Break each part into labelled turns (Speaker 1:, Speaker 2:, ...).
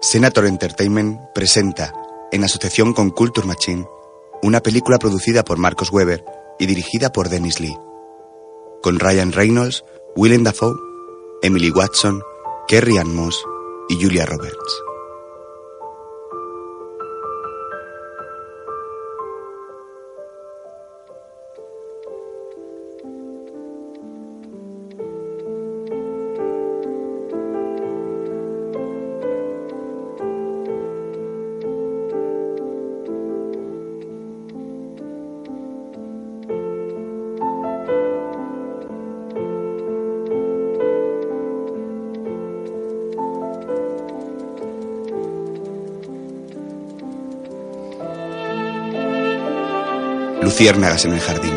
Speaker 1: Senator Entertainment presenta, en asociación con Culture Machine, una película producida por Marcos Weber y dirigida por Dennis Lee. Con Ryan Reynolds, Willem Dafoe, Emily Watson, Kerry Ann Moss y Julia Roberts. luciérnagas en el jardín.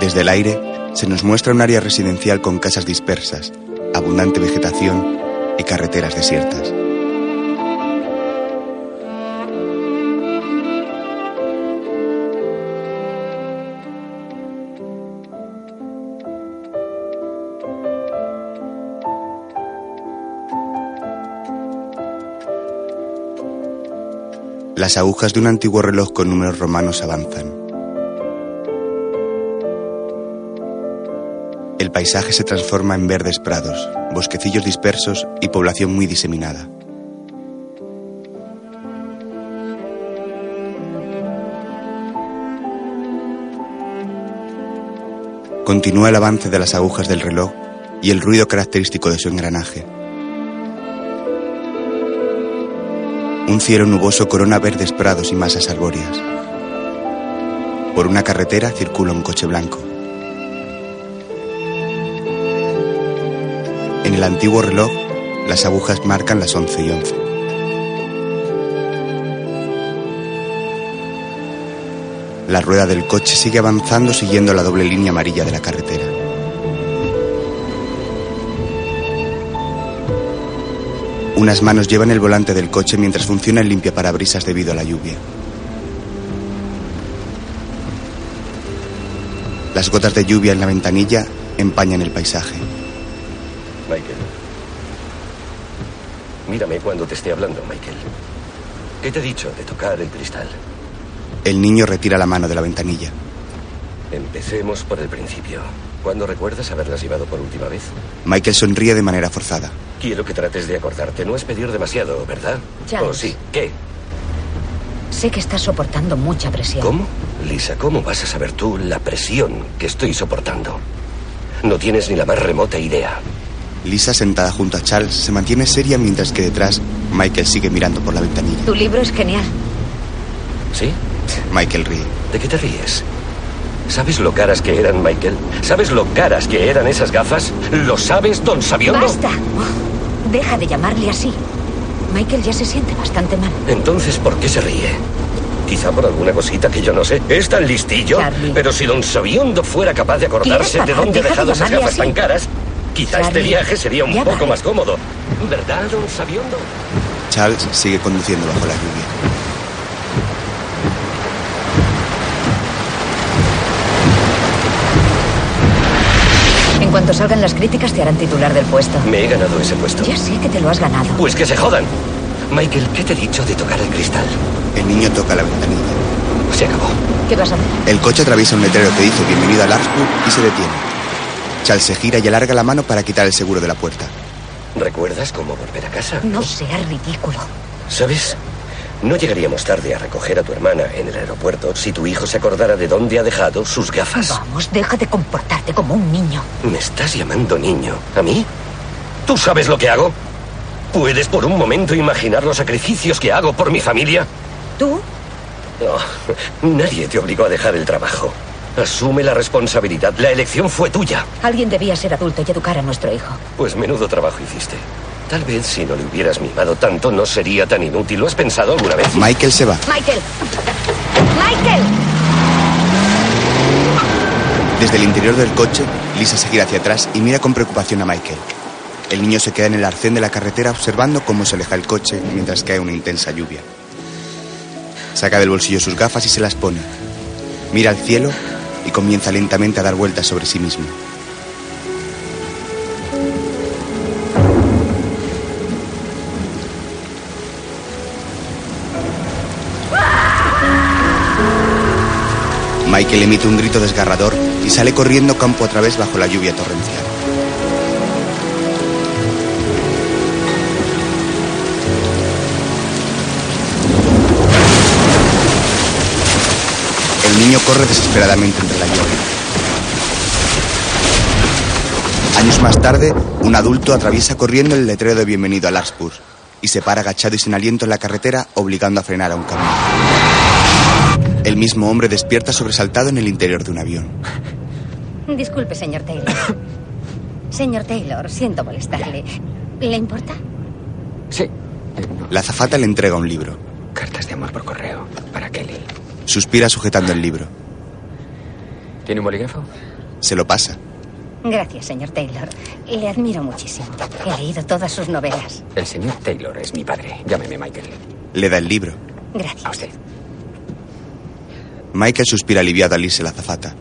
Speaker 1: Desde el aire se nos muestra un área residencial con casas dispersas, abundante vegetación y carreteras desiertas. Las agujas de un antiguo reloj con números romanos avanzan. El paisaje se transforma en verdes prados, bosquecillos dispersos y población muy diseminada. Continúa el avance de las agujas del reloj y el ruido característico de su engranaje. Un cielo nuboso corona verdes prados y masas arbóreas. Por una carretera circula un coche blanco. En el antiguo reloj, las agujas marcan las 11 y 11. La rueda del coche sigue avanzando siguiendo la doble línea amarilla de la carretera. Unas manos llevan el volante del coche mientras funciona el limpiaparabrisas debido a la lluvia. Las gotas de lluvia en la ventanilla empañan el paisaje.
Speaker 2: Michael. Mírame cuando te esté hablando, Michael. ¿Qué te he dicho de tocar el cristal?
Speaker 1: El niño retira la mano de la ventanilla.
Speaker 2: Empecemos por el principio. ¿Cuándo recuerdas haberlas llevado por última vez?
Speaker 1: Michael sonríe de manera forzada.
Speaker 2: Quiero que trates de acordarte. No es pedir demasiado, ¿verdad?
Speaker 3: Charles.
Speaker 2: ¿O sí? ¿Qué?
Speaker 3: Sé que estás soportando mucha presión.
Speaker 2: ¿Cómo? Lisa, ¿cómo vas a saber tú la presión que estoy soportando? No tienes ni la más remota idea.
Speaker 1: Lisa, sentada junto a Charles, se mantiene seria mientras que detrás Michael sigue mirando por la ventanilla.
Speaker 3: Tu libro es genial.
Speaker 2: ¿Sí?
Speaker 1: Michael ríe.
Speaker 2: ¿De qué te ríes? ¿Sabes lo caras que eran, Michael? ¿Sabes lo caras que eran esas gafas? ¿Lo sabes, don Sabiondo?
Speaker 3: ¡Basta! Deja de llamarle así. Michael ya se siente bastante mal.
Speaker 2: Entonces, ¿por qué se ríe? Quizá por alguna cosita que yo no sé. ¿Es tan listillo?
Speaker 3: Charlie.
Speaker 2: Pero si don Sabiondo fuera capaz de acordarse
Speaker 3: ¿Quieres
Speaker 2: de
Speaker 3: parar?
Speaker 2: dónde ha
Speaker 3: Deja de
Speaker 2: dejado esas
Speaker 3: llamarle
Speaker 2: gafas tan
Speaker 3: así.
Speaker 2: caras, quizá este
Speaker 3: Charlie,
Speaker 2: viaje sería un
Speaker 3: ya
Speaker 2: poco
Speaker 3: vale.
Speaker 2: más cómodo. ¿Verdad, don Sabiondo?
Speaker 1: Charles sigue conduciendo bajo la lluvia.
Speaker 3: En cuanto salgan las críticas, te harán titular del puesto.
Speaker 2: Me he ganado ese puesto.
Speaker 3: Ya sé que te lo has ganado.
Speaker 2: Pues que se jodan. Michael, ¿qué te he dicho de tocar el cristal?
Speaker 1: El niño toca la ventanilla.
Speaker 2: Se acabó.
Speaker 3: ¿Qué vas a hacer?
Speaker 1: El coche atraviesa un letrero que dice bienvenido a Larkwood y se detiene. Charles se gira y alarga la mano para quitar el seguro de la puerta.
Speaker 2: ¿Recuerdas cómo volver a casa?
Speaker 3: No seas ridículo.
Speaker 2: ¿Sabes? No llegaríamos tarde a recoger a tu hermana en el aeropuerto si tu hijo se acordara de dónde ha dejado sus gafas.
Speaker 3: Vamos, deja de comportarte como un niño.
Speaker 2: ¿Me estás llamando niño? ¿A mí? ¿Tú sabes lo que hago? ¿Puedes por un momento imaginar los sacrificios que hago por mi familia?
Speaker 3: Tú
Speaker 2: No, nadie te obligó a dejar el trabajo. Asume la responsabilidad. La elección fue tuya.
Speaker 3: Alguien debía ser adulto y educar a nuestro hijo.
Speaker 2: Pues menudo trabajo hiciste. Tal vez si no le hubieras mimado tanto no sería tan inútil. ¿Lo has pensado alguna vez?
Speaker 1: Michael se va.
Speaker 3: Michael. Michael.
Speaker 1: Desde el interior del coche, Lisa se gira hacia atrás y mira con preocupación a Michael. El niño se queda en el arcén de la carretera observando cómo se aleja el coche mientras cae una intensa lluvia. Saca del bolsillo sus gafas y se las pone. Mira al cielo y comienza lentamente a dar vueltas sobre sí mismo. Michael emite un grito desgarrador y sale corriendo campo a través bajo la lluvia torrencial. El niño corre desesperadamente entre la lluvia. Años más tarde, un adulto atraviesa corriendo el letrero de bienvenido a Larspur y se para agachado y sin aliento en la carretera, obligando a frenar a un camión. El mismo hombre despierta sobresaltado en el interior de un avión.
Speaker 3: Disculpe, señor Taylor. señor Taylor, siento molestarle. ¿Le importa?
Speaker 4: Sí.
Speaker 1: La azafata le entrega un libro.
Speaker 4: Cartas de amor por correo para Kelly.
Speaker 1: Suspira sujetando el libro.
Speaker 4: ¿Tiene un bolígrafo?
Speaker 1: Se lo pasa.
Speaker 3: Gracias, señor Taylor. Le admiro muchísimo. He leído todas sus novelas.
Speaker 4: El señor Taylor es mi padre. Llámeme Michael.
Speaker 1: Le da el libro.
Speaker 3: Gracias.
Speaker 4: A usted.
Speaker 1: Michael suspira aliviado al irse la azafata.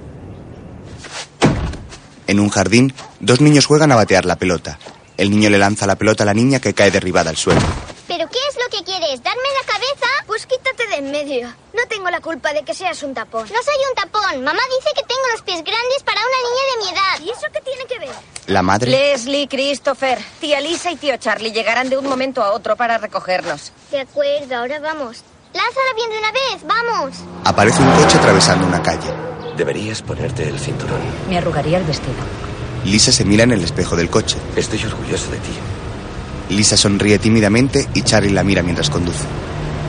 Speaker 1: En un jardín, dos niños juegan a batear la pelota. El niño le lanza la pelota a la niña que cae derribada al suelo.
Speaker 5: ¿Pero qué es lo que quieres? ¿Darme la cabeza?
Speaker 6: Pues quítate de en medio. No tengo la culpa de que seas un tapón.
Speaker 5: No soy un tapón. Mamá dice que tengo los pies grandes para una niña de mi edad.
Speaker 6: ¿Y eso qué tiene que ver?
Speaker 1: La madre.
Speaker 7: Leslie, Christopher, tía Lisa y tío Charlie llegarán de un momento a otro para recogernos.
Speaker 5: De acuerdo, ahora vamos. Lázala bien de una vez, vamos.
Speaker 1: Aparece un coche atravesando una calle.
Speaker 2: Deberías ponerte el cinturón.
Speaker 3: Me arrugaría el vestido.
Speaker 1: Lisa se mira en el espejo del coche.
Speaker 2: Estoy orgulloso de ti.
Speaker 1: Lisa sonríe tímidamente y Charlie la mira mientras conduce.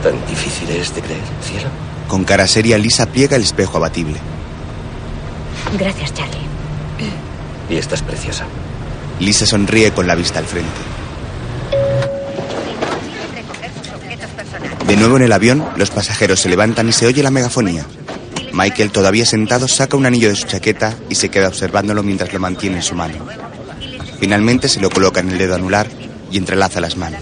Speaker 2: ¿Tan difícil es de creer, cielo?
Speaker 1: Con cara seria, Lisa pliega el espejo abatible.
Speaker 3: Gracias, Charlie.
Speaker 2: Y estás preciosa.
Speaker 1: Lisa sonríe con la vista al frente. De nuevo en el avión, los pasajeros se levantan y se oye la megafonía. Michael, todavía sentado, saca un anillo de su chaqueta y se queda observándolo mientras lo mantiene en su mano. Finalmente se lo coloca en el dedo anular y entrelaza las manos.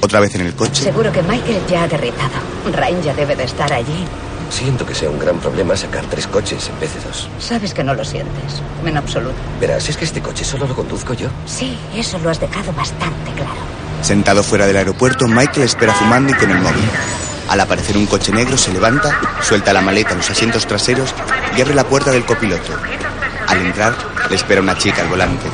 Speaker 1: Otra vez en el coche.
Speaker 3: Seguro que Michael ya ha derritado. Rain ya debe de estar allí.
Speaker 2: Siento que sea un gran problema sacar tres coches en vez de dos.
Speaker 3: Sabes que no lo sientes, en absoluto.
Speaker 2: Verás, es que este coche solo lo conduzco yo.
Speaker 3: Sí, eso lo has dejado bastante claro.
Speaker 1: Sentado fuera del aeropuerto, Michael espera fumando y con el móvil. Al aparecer un coche negro, se levanta, suelta la maleta en los asientos traseros y abre la puerta del copiloto. Al entrar, le espera una chica al volante.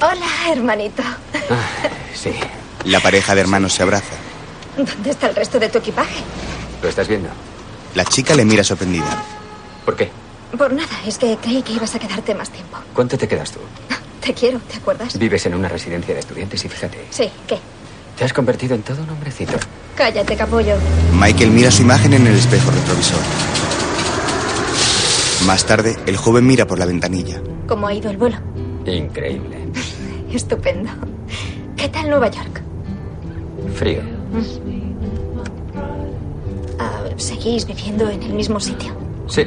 Speaker 6: Hola, hermanito.
Speaker 4: Ah, sí.
Speaker 1: La pareja de hermanos se abraza.
Speaker 3: ¿Dónde está el resto de tu equipaje?
Speaker 4: ¿Lo estás viendo?
Speaker 1: La chica le mira sorprendida.
Speaker 4: ¿Por qué?
Speaker 6: Por nada, es que creí que ibas a quedarte más tiempo.
Speaker 4: ¿Cuánto te quedas tú?
Speaker 6: Te quiero, ¿te acuerdas?
Speaker 4: Vives en una residencia de estudiantes y fíjate.
Speaker 6: Sí, ¿qué?
Speaker 4: Te has convertido en todo un hombrecito.
Speaker 6: Cállate, capullo.
Speaker 1: Michael mira su imagen en el espejo retrovisor. Más tarde, el joven mira por la ventanilla.
Speaker 6: ¿Cómo ha ido el vuelo?
Speaker 4: Increíble.
Speaker 6: Estupendo. ¿Qué tal Nueva York? Mm.
Speaker 4: Frío.
Speaker 6: Ah, ¿Seguís viviendo en el mismo sitio?
Speaker 4: Sí.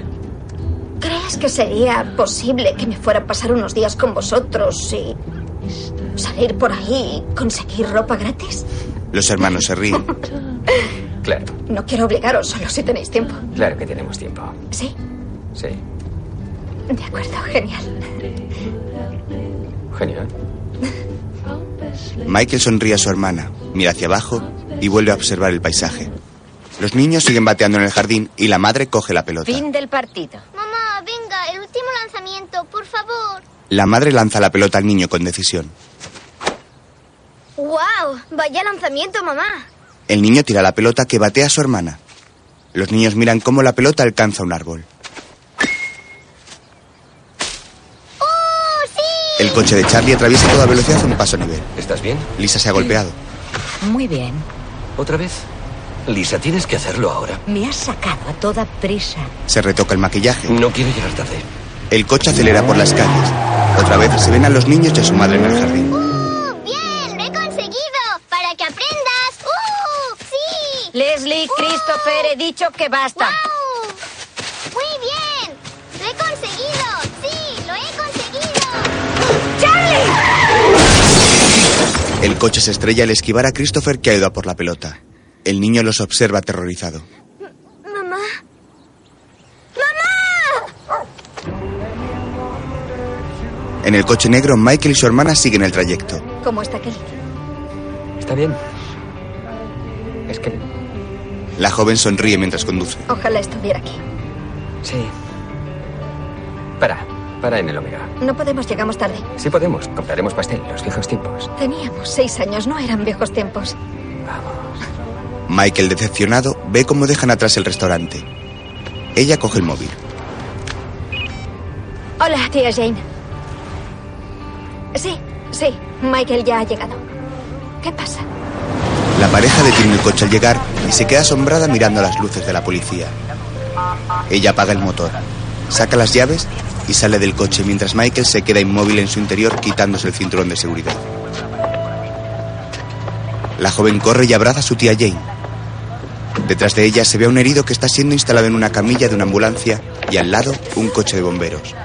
Speaker 6: ¿Crees que sería posible que me fuera a pasar unos días con vosotros y salir por ahí y conseguir ropa gratis?
Speaker 1: Los hermanos se ríen.
Speaker 4: Claro.
Speaker 6: No quiero obligaros, solo si tenéis tiempo.
Speaker 4: Claro que tenemos tiempo.
Speaker 6: ¿Sí?
Speaker 4: Sí.
Speaker 6: De acuerdo, genial.
Speaker 4: Genial.
Speaker 1: Michael sonríe a su hermana, mira hacia abajo y vuelve a observar el paisaje. Los niños siguen bateando en el jardín y la madre coge la pelota.
Speaker 7: Fin del partido.
Speaker 5: Mamá, venga, el último lanzamiento, por favor.
Speaker 1: La madre lanza la pelota al niño con decisión.
Speaker 5: ¡Wow! Vaya lanzamiento, mamá.
Speaker 1: El niño tira la pelota que batea a su hermana. Los niños miran cómo la pelota alcanza un árbol.
Speaker 5: ¡Oh, sí!
Speaker 1: El coche de Charlie atraviesa a toda velocidad un paso a nivel.
Speaker 2: ¿Estás bien?
Speaker 1: Lisa se ha golpeado.
Speaker 3: Muy bien.
Speaker 2: ¿Otra vez? Lisa, tienes que hacerlo ahora.
Speaker 3: Me has sacado a toda prisa.
Speaker 1: Se retoca el maquillaje.
Speaker 2: No quiero llegar tarde.
Speaker 1: El coche acelera por las calles. Otra vez se ven a los niños y a su madre en el jardín.
Speaker 5: ¡Oh, bien! ¡Lo he conseguido! ¡Para que aprendas! ¡Uh! ¡Sí!
Speaker 7: Leslie, Christopher, he dicho que basta.
Speaker 5: ¡Wow! ¡Muy bien! ¡Lo he conseguido! ¡Sí! ¡Lo he conseguido!
Speaker 1: El coche se estrella al esquivar a Christopher que ha ido a por la pelota. El niño los observa aterrorizado.
Speaker 6: Mamá.
Speaker 1: En el coche negro, Michael y su hermana siguen el trayecto.
Speaker 6: ¿Cómo está Kelly?
Speaker 4: Está bien. Es que.
Speaker 1: La joven sonríe mientras conduce.
Speaker 6: Ojalá estuviera aquí.
Speaker 4: Sí. Para. Para en el Omega.
Speaker 6: No podemos, llegamos tarde.
Speaker 4: Si podemos, compraremos pastel. Los viejos tiempos.
Speaker 6: Teníamos seis años, no eran viejos tiempos.
Speaker 4: Vamos.
Speaker 1: Michael, decepcionado, ve cómo dejan atrás el restaurante. Ella coge el móvil.
Speaker 6: Hola, tía Jane. Sí, sí, Michael ya ha llegado. ¿Qué pasa?
Speaker 1: La pareja detiene el coche al llegar y se queda asombrada mirando las luces de la policía. Ella apaga el motor, saca las llaves y sale del coche mientras Michael se queda inmóvil en su interior quitándose el cinturón de seguridad. La joven corre y abraza a su tía Jane. Detrás de ella se ve a un herido que está siendo instalado en una camilla de una ambulancia y al lado un coche de bomberos.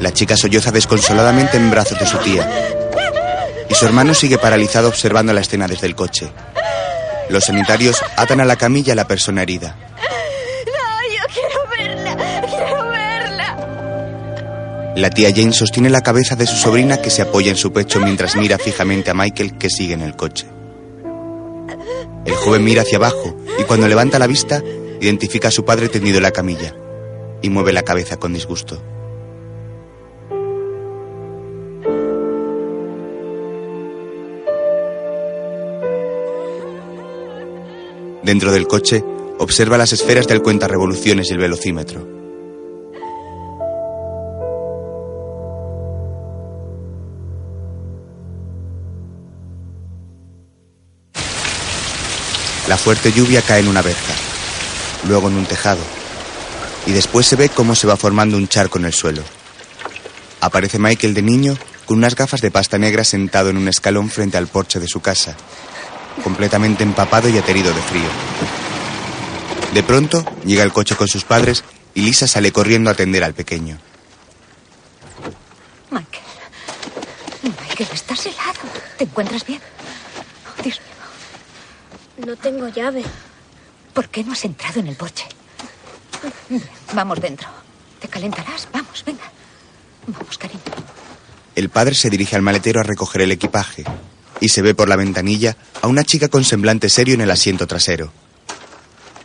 Speaker 1: La chica solloza desconsoladamente en brazos de su tía. Y su hermano sigue paralizado observando la escena desde el coche. Los sanitarios atan a la camilla a la persona herida. La tía Jane sostiene la cabeza de su sobrina que se apoya en su pecho mientras mira fijamente a Michael que sigue en el coche. El joven mira hacia abajo y cuando levanta la vista identifica a su padre tendido en la camilla y mueve la cabeza con disgusto. Dentro del coche, observa las esferas del cuenta revoluciones y el velocímetro. La fuerte lluvia cae en una verja, luego en un tejado, y después se ve cómo se va formando un charco en el suelo. Aparece Michael de niño con unas gafas de pasta negra sentado en un escalón frente al porche de su casa, completamente empapado y aterido de frío. De pronto, llega el coche con sus padres y Lisa sale corriendo a atender al pequeño.
Speaker 3: Michael. Michael, estás helado. ¿Te encuentras bien? Oh, Dios mío.
Speaker 5: No tengo llave.
Speaker 3: ¿Por qué no has entrado en el porche? Bien, Vamos dentro. ¿Te calentarás? Vamos, venga. Vamos, cariño.
Speaker 1: El padre se dirige al maletero a recoger el equipaje y se ve por la ventanilla a una chica con semblante serio en el asiento trasero.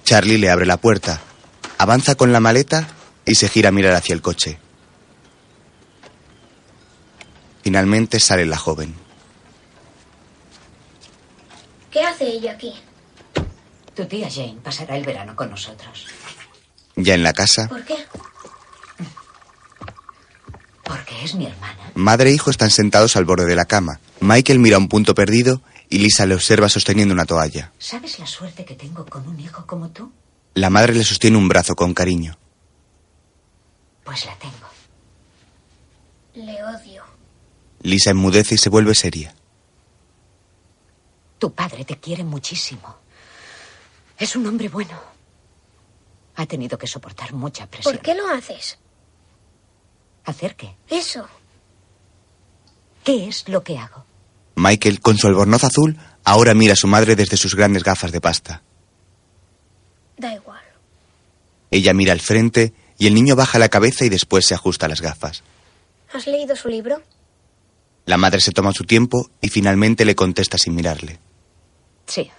Speaker 1: Charlie le abre la puerta, avanza con la maleta y se gira a mirar hacia el coche. Finalmente sale la joven.
Speaker 5: ¿Qué hace ella aquí?
Speaker 3: Tu tía Jane pasará el verano con nosotros.
Speaker 1: Ya en la casa,
Speaker 5: ¿Por qué?
Speaker 3: Porque es mi hermana.
Speaker 1: madre e hijo están sentados al borde de la cama. Michael mira un punto perdido y Lisa le observa sosteniendo una toalla.
Speaker 3: ¿Sabes la suerte que tengo con un hijo como tú?
Speaker 1: La madre le sostiene un brazo con cariño.
Speaker 3: Pues la tengo.
Speaker 5: Le odio.
Speaker 1: Lisa enmudece y se vuelve seria.
Speaker 3: Tu padre te quiere muchísimo. Es un hombre bueno. Ha tenido que soportar mucha presión.
Speaker 5: ¿Por qué lo haces?
Speaker 3: ¿Hacer qué?
Speaker 5: Eso.
Speaker 3: ¿Qué es lo que hago?
Speaker 1: Michael, con su albornoz azul, ahora mira a su madre desde sus grandes gafas de pasta.
Speaker 5: Da igual.
Speaker 1: Ella mira al frente y el niño baja la cabeza y después se ajusta las gafas.
Speaker 5: ¿Has leído su libro?
Speaker 1: La madre se toma su tiempo y finalmente le contesta sin mirarle.
Speaker 3: Sí.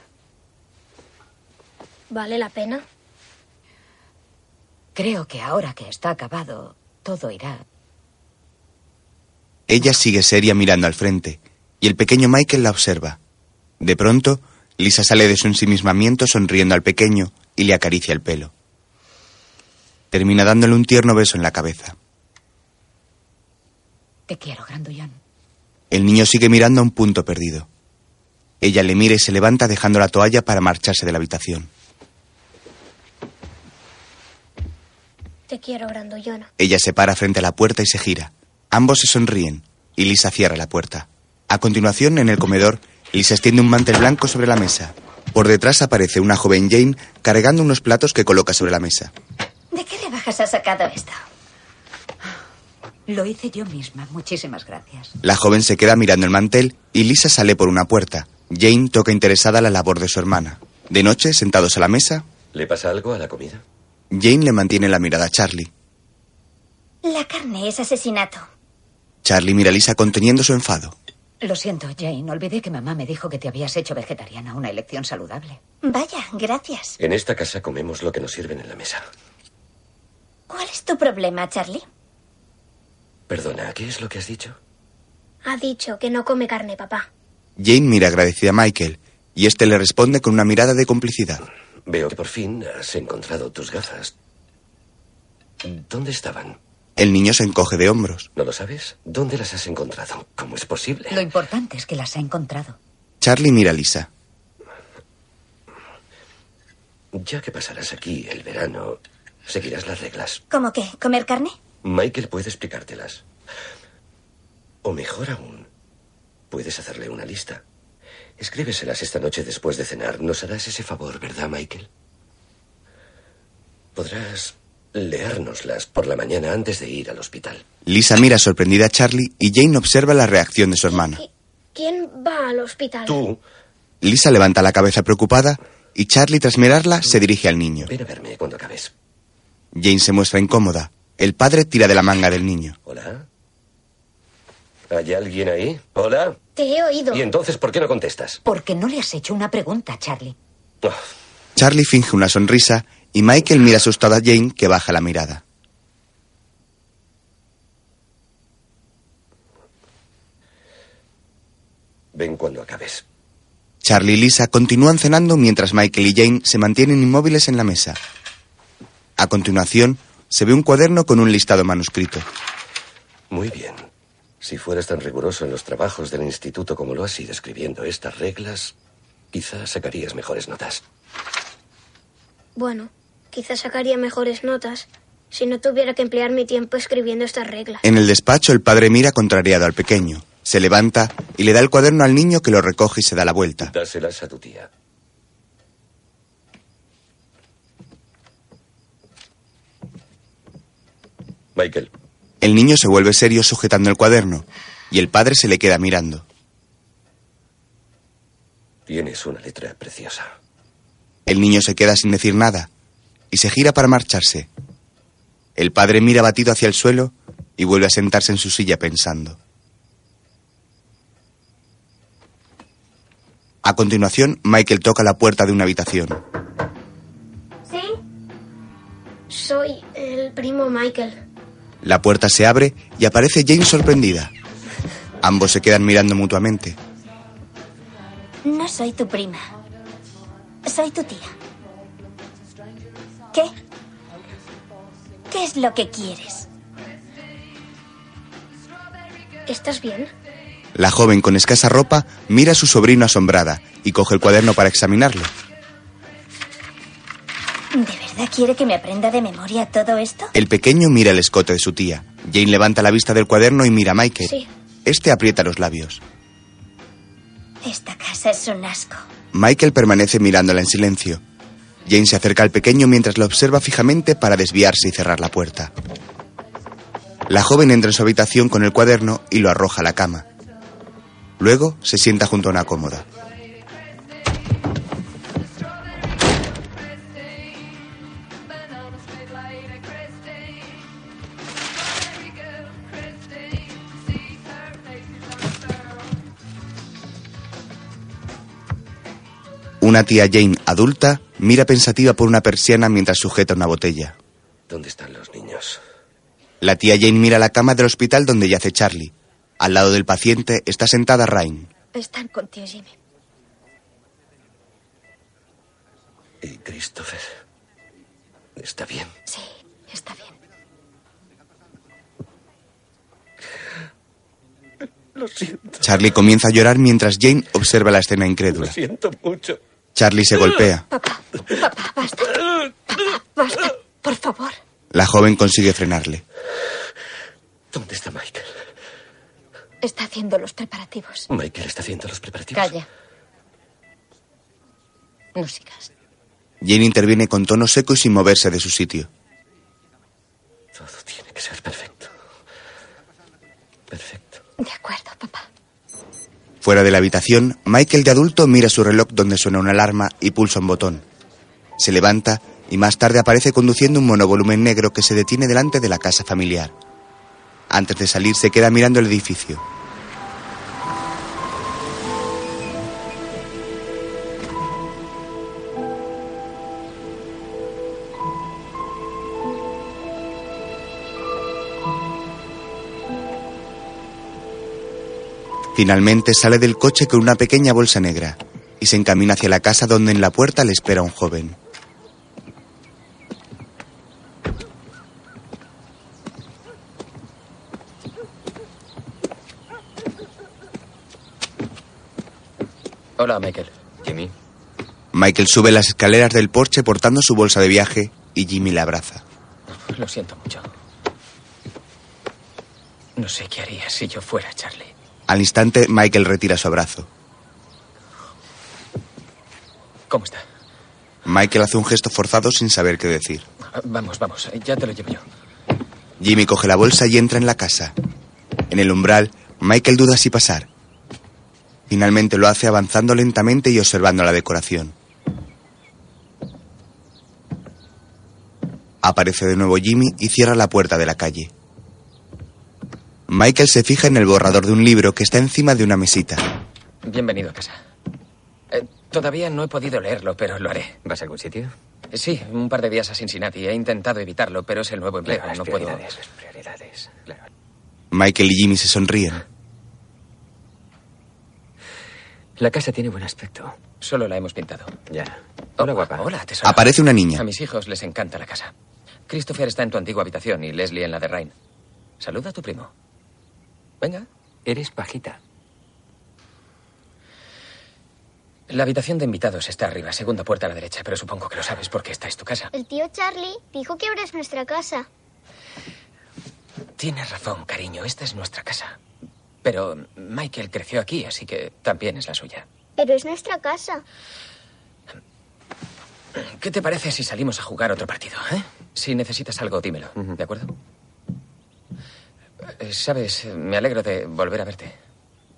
Speaker 5: ¿Vale la pena?
Speaker 3: Creo que ahora que está acabado, todo irá.
Speaker 1: Ella sigue seria mirando al frente y el pequeño Michael la observa. De pronto, Lisa sale de su ensimismamiento sonriendo al pequeño y le acaricia el pelo. Termina dándole un tierno beso en la cabeza.
Speaker 3: Te quiero, Grandullón.
Speaker 1: El niño sigue mirando a un punto perdido. Ella le mira y se levanta dejando la toalla para marcharse de la habitación.
Speaker 5: Te quiero, grandullona.
Speaker 1: Ella se para frente a la puerta y se gira. Ambos se sonríen y Lisa cierra la puerta. A continuación, en el comedor, Lisa extiende un mantel blanco sobre la mesa. Por detrás aparece una joven Jane cargando unos platos que coloca sobre la mesa.
Speaker 6: ¿De qué rebajas has sacado esto?
Speaker 3: Lo hice yo misma. Muchísimas gracias.
Speaker 1: La joven se queda mirando el mantel y Lisa sale por una puerta. Jane toca interesada la labor de su hermana. De noche, sentados a la mesa,
Speaker 2: ¿Le pasa algo a la comida?
Speaker 1: Jane le mantiene la mirada a Charlie.
Speaker 5: La carne es asesinato.
Speaker 1: Charlie mira a Lisa conteniendo su enfado.
Speaker 3: Lo siento, Jane. Olvidé que mamá me dijo que te habías hecho vegetariana, una elección saludable.
Speaker 5: Vaya, gracias.
Speaker 2: En esta casa comemos lo que nos sirven en la mesa.
Speaker 5: ¿Cuál es tu problema, Charlie?
Speaker 2: Perdona, ¿qué es lo que has dicho?
Speaker 5: Ha dicho que no come carne, papá.
Speaker 1: Jane mira agradecida a Michael y este le responde con una mirada de complicidad.
Speaker 2: Veo que por fin has encontrado tus gafas. ¿Dónde estaban?
Speaker 1: El niño se encoge de hombros.
Speaker 2: ¿No lo sabes? ¿Dónde las has encontrado? ¿Cómo es posible?
Speaker 3: Lo importante es que las ha encontrado.
Speaker 1: Charlie mira a Lisa.
Speaker 2: Ya que pasarás aquí el verano, seguirás las reglas.
Speaker 5: ¿Cómo qué? ¿Comer carne?
Speaker 2: Michael puede explicártelas. O mejor aún, puedes hacerle una lista. Escríbeselas esta noche después de cenar. Nos harás ese favor, ¿verdad, Michael? Podrás leérnoslas por la mañana antes de ir al hospital.
Speaker 1: Lisa mira sorprendida a Charlie y Jane observa la reacción de su hermana.
Speaker 5: ¿Qui- ¿Quién va al hospital?
Speaker 2: Tú,
Speaker 1: Lisa levanta la cabeza preocupada y Charlie, tras mirarla, se dirige al niño.
Speaker 2: ven a verme cuando acabes.
Speaker 1: Jane se muestra incómoda. El padre tira de la manga del niño.
Speaker 2: ¿Hola? ¿Hay alguien ahí? ¿Hola?
Speaker 5: Te he oído.
Speaker 2: ¿Y entonces por qué no contestas?
Speaker 3: Porque no le has hecho una pregunta, Charlie.
Speaker 2: Oh,
Speaker 1: Charlie finge una sonrisa y Michael mira asustada a Jane que baja la mirada.
Speaker 2: ven cuando acabes.
Speaker 1: Charlie y Lisa continúan cenando mientras Michael y Jane se mantienen inmóviles en la mesa. A continuación, se ve un cuaderno con un listado manuscrito.
Speaker 2: Muy bien. Si fueras tan riguroso en los trabajos del instituto como lo has sido escribiendo estas reglas, quizás sacarías mejores notas.
Speaker 5: Bueno, quizás sacaría mejores notas si no tuviera que emplear mi tiempo escribiendo estas reglas.
Speaker 1: En el despacho, el padre mira contrariado al pequeño, se levanta y le da el cuaderno al niño que lo recoge y se da la vuelta.
Speaker 2: Dáselas a tu tía. Michael,
Speaker 1: El niño se vuelve serio sujetando el cuaderno y el padre se le queda mirando.
Speaker 2: tienes una letra preciosa.
Speaker 1: El niño se queda sin decir nada y se gira para marcharse. El padre mira batido hacia el suelo y vuelve a sentarse en su silla pensando. A continuación, Michael toca la puerta de una habitación.
Speaker 5: ¿Sí? Soy el primo Michael.
Speaker 1: La puerta se abre y aparece Jane sorprendida. Ambos se quedan mirando mutuamente.
Speaker 5: No soy tu prima. Soy tu tía. ¿Qué? ¿Qué es lo que quieres? ¿Estás bien?
Speaker 1: La joven con escasa ropa mira a su sobrino asombrada y coge el cuaderno para examinarlo.
Speaker 5: ¿De verdad quiere que me aprenda de memoria todo esto?
Speaker 1: El pequeño mira el escote de su tía. Jane levanta la vista del cuaderno y mira a Michael.
Speaker 5: Sí.
Speaker 1: Este aprieta los labios.
Speaker 5: Esta casa es un asco.
Speaker 1: Michael permanece mirándola en silencio. Jane se acerca al pequeño mientras lo observa fijamente para desviarse y cerrar la puerta. La joven entra en su habitación con el cuaderno y lo arroja a la cama. Luego se sienta junto a una cómoda. Una tía Jane adulta mira pensativa por una persiana mientras sujeta una botella.
Speaker 2: ¿Dónde están los niños?
Speaker 1: La tía Jane mira la cama del hospital donde yace Charlie. Al lado del paciente está sentada Rain.
Speaker 6: Están con tío Jimmy.
Speaker 2: ¿Y Eh, Christopher? ¿Está bien?
Speaker 6: Sí, está bien.
Speaker 2: Lo siento.
Speaker 1: Charlie comienza a llorar mientras Jane observa la escena
Speaker 2: Lo
Speaker 1: incrédula.
Speaker 2: siento mucho.
Speaker 1: Charlie se golpea.
Speaker 6: Papá, papá, basta. Papá, basta, por favor.
Speaker 1: La joven consigue frenarle.
Speaker 2: ¿Dónde está Michael?
Speaker 6: Está haciendo los preparativos.
Speaker 2: Michael está haciendo los preparativos.
Speaker 3: Calla. No sigas.
Speaker 1: Jane interviene con tono seco y sin moverse de su sitio.
Speaker 2: Todo tiene que ser perfecto. Perfecto.
Speaker 6: De acuerdo, papá.
Speaker 1: Fuera de la habitación, Michael de adulto mira su reloj donde suena una alarma y pulsa un botón. Se levanta y más tarde aparece conduciendo un monovolumen negro que se detiene delante de la casa familiar. Antes de salir se queda mirando el edificio. Finalmente sale del coche con una pequeña bolsa negra y se encamina hacia la casa donde en la puerta le espera un joven.
Speaker 8: Hola, Michael. Jimmy.
Speaker 1: Michael sube las escaleras del porche portando su bolsa de viaje y Jimmy la abraza.
Speaker 8: Lo siento mucho. No sé qué haría si yo fuera Charlie.
Speaker 1: Al instante, Michael retira su abrazo.
Speaker 8: ¿Cómo está?
Speaker 1: Michael hace un gesto forzado sin saber qué decir.
Speaker 8: Ah, Vamos, vamos, ya te lo llevo yo.
Speaker 1: Jimmy coge la bolsa y entra en la casa. En el umbral, Michael duda si pasar. Finalmente lo hace avanzando lentamente y observando la decoración. Aparece de nuevo Jimmy y cierra la puerta de la calle. Michael se fija en el borrador de un libro que está encima de una mesita.
Speaker 8: Bienvenido a casa. Eh, todavía no he podido leerlo, pero lo haré. ¿Vas a algún sitio? Sí, un par de días a Cincinnati. He intentado evitarlo, pero es el nuevo empleo. no puedo. Las prioridades, claro.
Speaker 1: Michael y Jimmy se sonríen.
Speaker 8: La casa tiene buen aspecto. Solo la hemos pintado. Ya. Hola, guapa. Oh, Hola, tesoro.
Speaker 1: Aparece una niña.
Speaker 8: A mis hijos les encanta la casa. Christopher está en tu antigua habitación y Leslie en la de Rain. Saluda a tu primo. Venga. Eres pajita. La habitación de invitados está arriba, segunda puerta a la derecha, pero supongo que lo sabes porque esta es tu casa.
Speaker 5: El tío Charlie dijo que ahora es nuestra casa.
Speaker 8: Tienes razón, cariño, esta es nuestra casa. Pero Michael creció aquí, así que también es la suya.
Speaker 5: Pero es nuestra casa.
Speaker 8: ¿Qué te parece si salimos a jugar otro partido? ¿eh? Si necesitas algo, dímelo, ¿de acuerdo? Eh, Sabes, me alegro de volver a verte.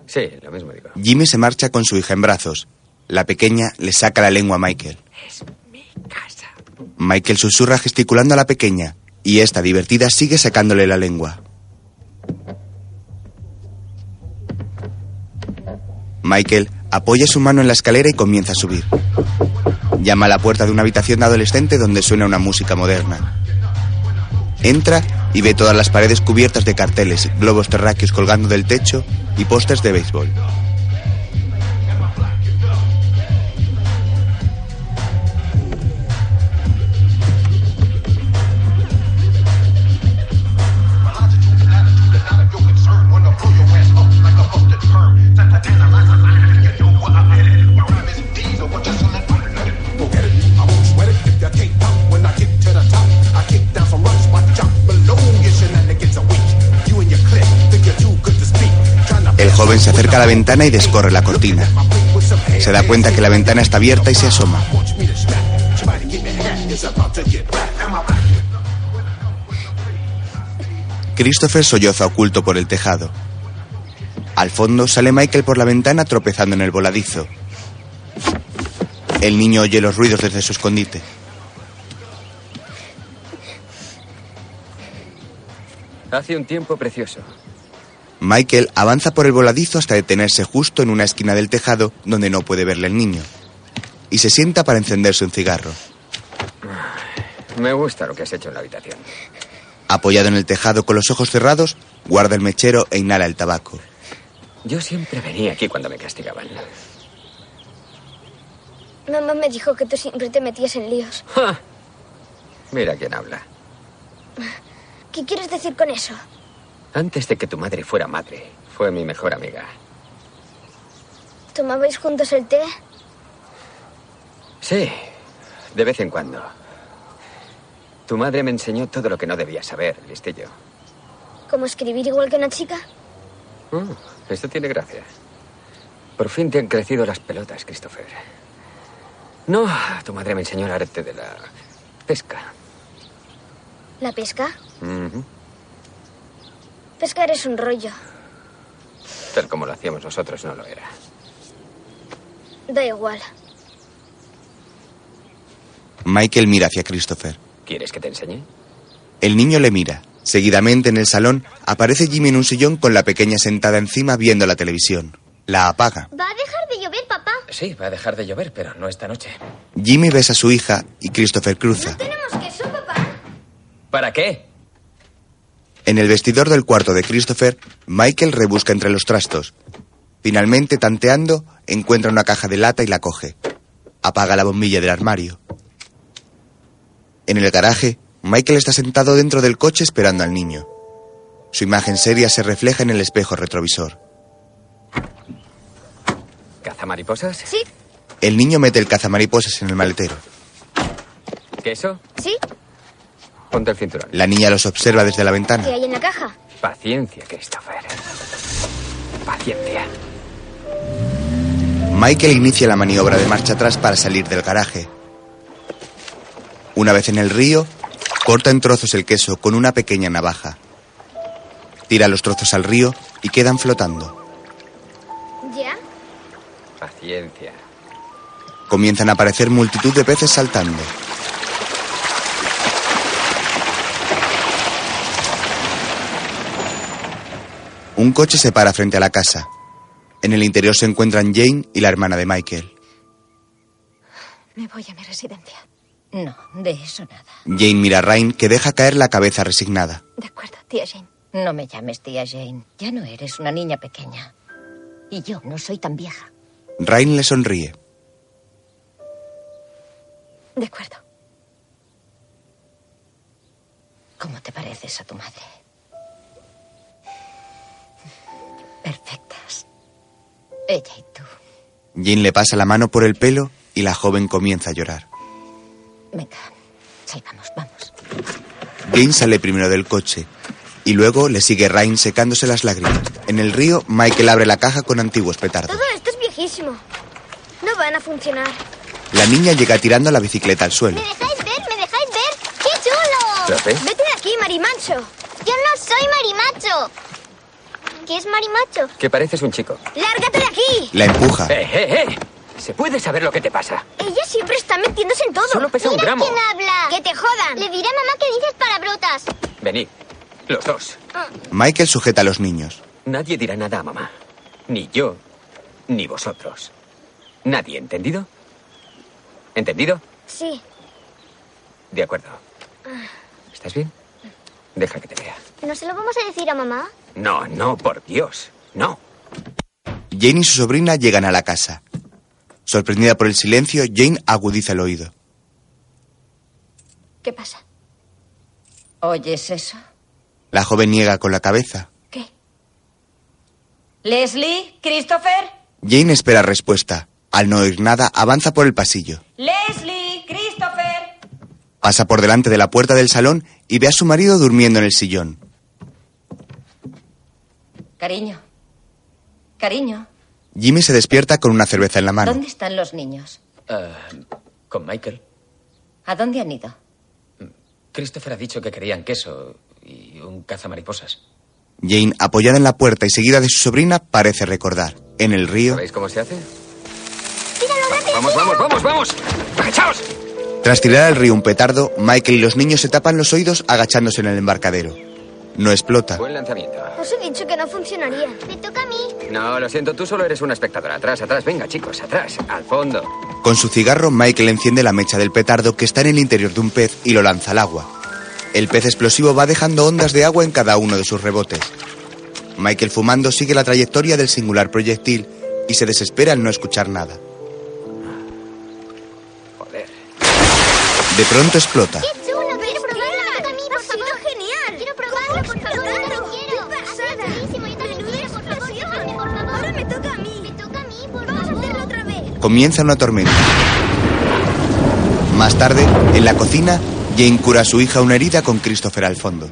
Speaker 8: Sí, lo mismo digo.
Speaker 1: Jimmy se marcha con su hija en brazos. La pequeña le saca la lengua a Michael.
Speaker 8: Es mi casa.
Speaker 1: Michael susurra gesticulando a la pequeña y esta divertida sigue sacándole la lengua. Michael apoya su mano en la escalera y comienza a subir. Llama a la puerta de una habitación de adolescente donde suena una música moderna. Entra y ve todas las paredes cubiertas de carteles, globos terráqueos colgando del techo y pósters de béisbol. El joven se acerca a la ventana y descorre la cortina. Se da cuenta que la ventana está abierta y se asoma. Christopher solloza oculto por el tejado. Al fondo sale Michael por la ventana tropezando en el voladizo. El niño oye los ruidos desde su escondite.
Speaker 8: Hace un tiempo precioso.
Speaker 1: Michael avanza por el voladizo hasta detenerse justo en una esquina del tejado donde no puede verle el niño. Y se sienta para encenderse un cigarro.
Speaker 8: Me gusta lo que has hecho en la habitación.
Speaker 1: Apoyado en el tejado con los ojos cerrados, guarda el mechero e inhala el tabaco.
Speaker 8: Yo siempre venía aquí cuando me castigaban.
Speaker 5: Mamá me dijo que tú siempre te metías en líos.
Speaker 8: ¡Ja! Mira quién habla.
Speaker 5: ¿Qué quieres decir con eso?
Speaker 8: Antes de que tu madre fuera madre, fue mi mejor amiga.
Speaker 5: ¿Tomabais juntos el té?
Speaker 8: Sí, de vez en cuando. Tu madre me enseñó todo lo que no debía saber, listillo.
Speaker 5: ¿Cómo escribir igual que una chica?
Speaker 8: Mm, esto tiene gracia. Por fin te han crecido las pelotas, Christopher. No, tu madre me enseñó el arte de la pesca.
Speaker 5: ¿La pesca?
Speaker 8: Ujú.
Speaker 5: Pescar es un rollo.
Speaker 8: Tal como lo hacíamos nosotros, no lo era.
Speaker 5: Da igual.
Speaker 1: Michael mira hacia Christopher.
Speaker 8: ¿Quieres que te enseñe?
Speaker 1: El niño le mira. Seguidamente en el salón aparece Jimmy en un sillón con la pequeña sentada encima viendo la televisión. La apaga.
Speaker 5: Va a dejar de llover, papá.
Speaker 4: Sí, va a dejar de llover, pero no esta noche.
Speaker 1: Jimmy besa a su hija y Christopher cruza.
Speaker 5: Tenemos queso, papá.
Speaker 4: ¿Para qué?
Speaker 1: En el vestidor del cuarto de Christopher, Michael rebusca entre los trastos. Finalmente, tanteando, encuentra una caja de lata y la coge. Apaga la bombilla del armario. En el garaje, Michael está sentado dentro del coche esperando al niño. Su imagen seria se refleja en el espejo retrovisor.
Speaker 8: ¿Caza mariposas?
Speaker 7: Sí,
Speaker 1: El niño mete el cazamariposas en el maletero.
Speaker 8: ¿Queso?
Speaker 7: sí.
Speaker 8: Ponte el cinturón.
Speaker 1: La niña los observa desde la
Speaker 5: ¿Qué
Speaker 1: ventana.
Speaker 5: hay en la caja?
Speaker 8: Paciencia, Christopher. Paciencia.
Speaker 1: Michael inicia la maniobra de marcha atrás para salir del garaje. Una vez en el río, corta en trozos el queso con una pequeña navaja. Tira los trozos al río y quedan flotando.
Speaker 5: ¿Ya?
Speaker 8: Paciencia.
Speaker 1: Comienzan a aparecer multitud de peces saltando. Un coche se para frente a la casa. En el interior se encuentran Jane y la hermana de Michael.
Speaker 3: Me voy a mi residencia.
Speaker 7: No, de eso nada.
Speaker 1: Jane mira a Rain, que deja caer la cabeza resignada.
Speaker 3: De acuerdo, tía Jane.
Speaker 7: No me llames tía Jane. Ya no eres una niña pequeña. Y yo no soy tan vieja.
Speaker 1: Rain le sonríe.
Speaker 3: De acuerdo.
Speaker 7: ¿Cómo te pareces a tu madre? Perfectas. Ella y tú.
Speaker 1: Jane le pasa la mano por el pelo y la joven comienza a llorar.
Speaker 7: Venga, salgamos, vamos.
Speaker 1: Jane sale primero del coche y luego le sigue Rain secándose las lágrimas. En el río, Michael abre la caja con antiguos petardos.
Speaker 5: Todo esto es viejísimo. No van a funcionar.
Speaker 1: La niña llega tirando la bicicleta al suelo.
Speaker 5: ¿Me dejáis ver? ¿Me dejáis ver? ¡Qué chulo!
Speaker 8: ¿La ves?
Speaker 5: Vete de aquí, marimacho. Yo no soy marimacho. ¿Qué es marimacho?
Speaker 8: Que pareces un chico.
Speaker 5: ¡Lárgate de aquí!
Speaker 1: La empuja.
Speaker 8: ¡Eh, eh, eh! ¿Se puede saber lo que te pasa?
Speaker 5: Ella siempre está metiéndose en todo.
Speaker 8: Solo pesa un
Speaker 5: Mira
Speaker 8: gramo.
Speaker 5: quién habla! ¡Que te jodan! Le diré a mamá que dices palabrotas.
Speaker 8: Venid, los dos.
Speaker 1: Michael sujeta a los niños.
Speaker 8: Nadie dirá nada a mamá. Ni yo, ni vosotros. Nadie, ¿entendido? ¿Entendido?
Speaker 5: Sí,
Speaker 8: De acuerdo. ¿Estás bien? Deja que te vea.
Speaker 5: ¿no se lo vamos a decir a mamá?
Speaker 8: No, no, por Dios. No.
Speaker 1: Jane y su sobrina llegan a la casa. Sorprendida por el silencio, Jane agudiza el oído.
Speaker 3: ¿Qué pasa?
Speaker 7: ¿Oyes eso?
Speaker 1: La joven niega con la cabeza.
Speaker 3: ¿Qué?
Speaker 7: Leslie, Christopher,
Speaker 1: Jane espera respuesta. Al no oír nada, avanza por el pasillo.
Speaker 7: Leslie, Christopher.
Speaker 1: Pasa por delante de la puerta del salón y ve a su marido durmiendo en el sillón.
Speaker 7: Cariño, cariño,
Speaker 1: Jimmy se despierta con una cerveza en la mano.
Speaker 7: ¿dónde están los niños?
Speaker 4: Ah, con Michael.
Speaker 7: ¿A dónde han ido?
Speaker 4: Christopher ha dicho que querían queso y un cazamariposas.
Speaker 1: Jane, apoyada en la puerta y seguida de su sobrina, parece recordar. En el río,
Speaker 8: ¿Sabéis cómo se hace?
Speaker 5: ¡Tíralo, rápido!
Speaker 8: Vamos, vamos, vamos, vamos. ¡Agachaos!
Speaker 1: tras tirar al río un petardo, Michael y los niños se tapan los oídos agachándose en el embarcadero. No explota.
Speaker 8: Buen lanzamiento.
Speaker 5: Os he dicho que no funcionaría. Me toca a mí.
Speaker 8: No, lo siento, tú solo eres una espectadora. Atrás, atrás, venga, chicos, atrás, al fondo.
Speaker 1: Con su cigarro, Michael enciende la mecha del petardo que está en el interior de un pez y lo lanza al agua. El pez explosivo va dejando ondas de agua en cada uno de sus rebotes. Michael fumando sigue la trayectoria del singular proyectil y se desespera al no escuchar nada.
Speaker 8: Joder.
Speaker 1: De pronto explota.
Speaker 5: ¡Qué chulo! ¡Quiero probarlo! ¡Me toca a mí, por favor! genial! ¡Quiero probarlo, por favor! ¡Yo también quiero! ¡Qué buenísimo! ¡Yo también quiero, por favor! ¡Déjame, por favor! ¡Ahora me toca a mí! ¡Me toca a mí, por favor! ¡Vamos a hacerlo otra vez!
Speaker 1: Comienza una tormenta. Más tarde, en la cocina, Jane cura a su hija una herida con Christopher al fondo.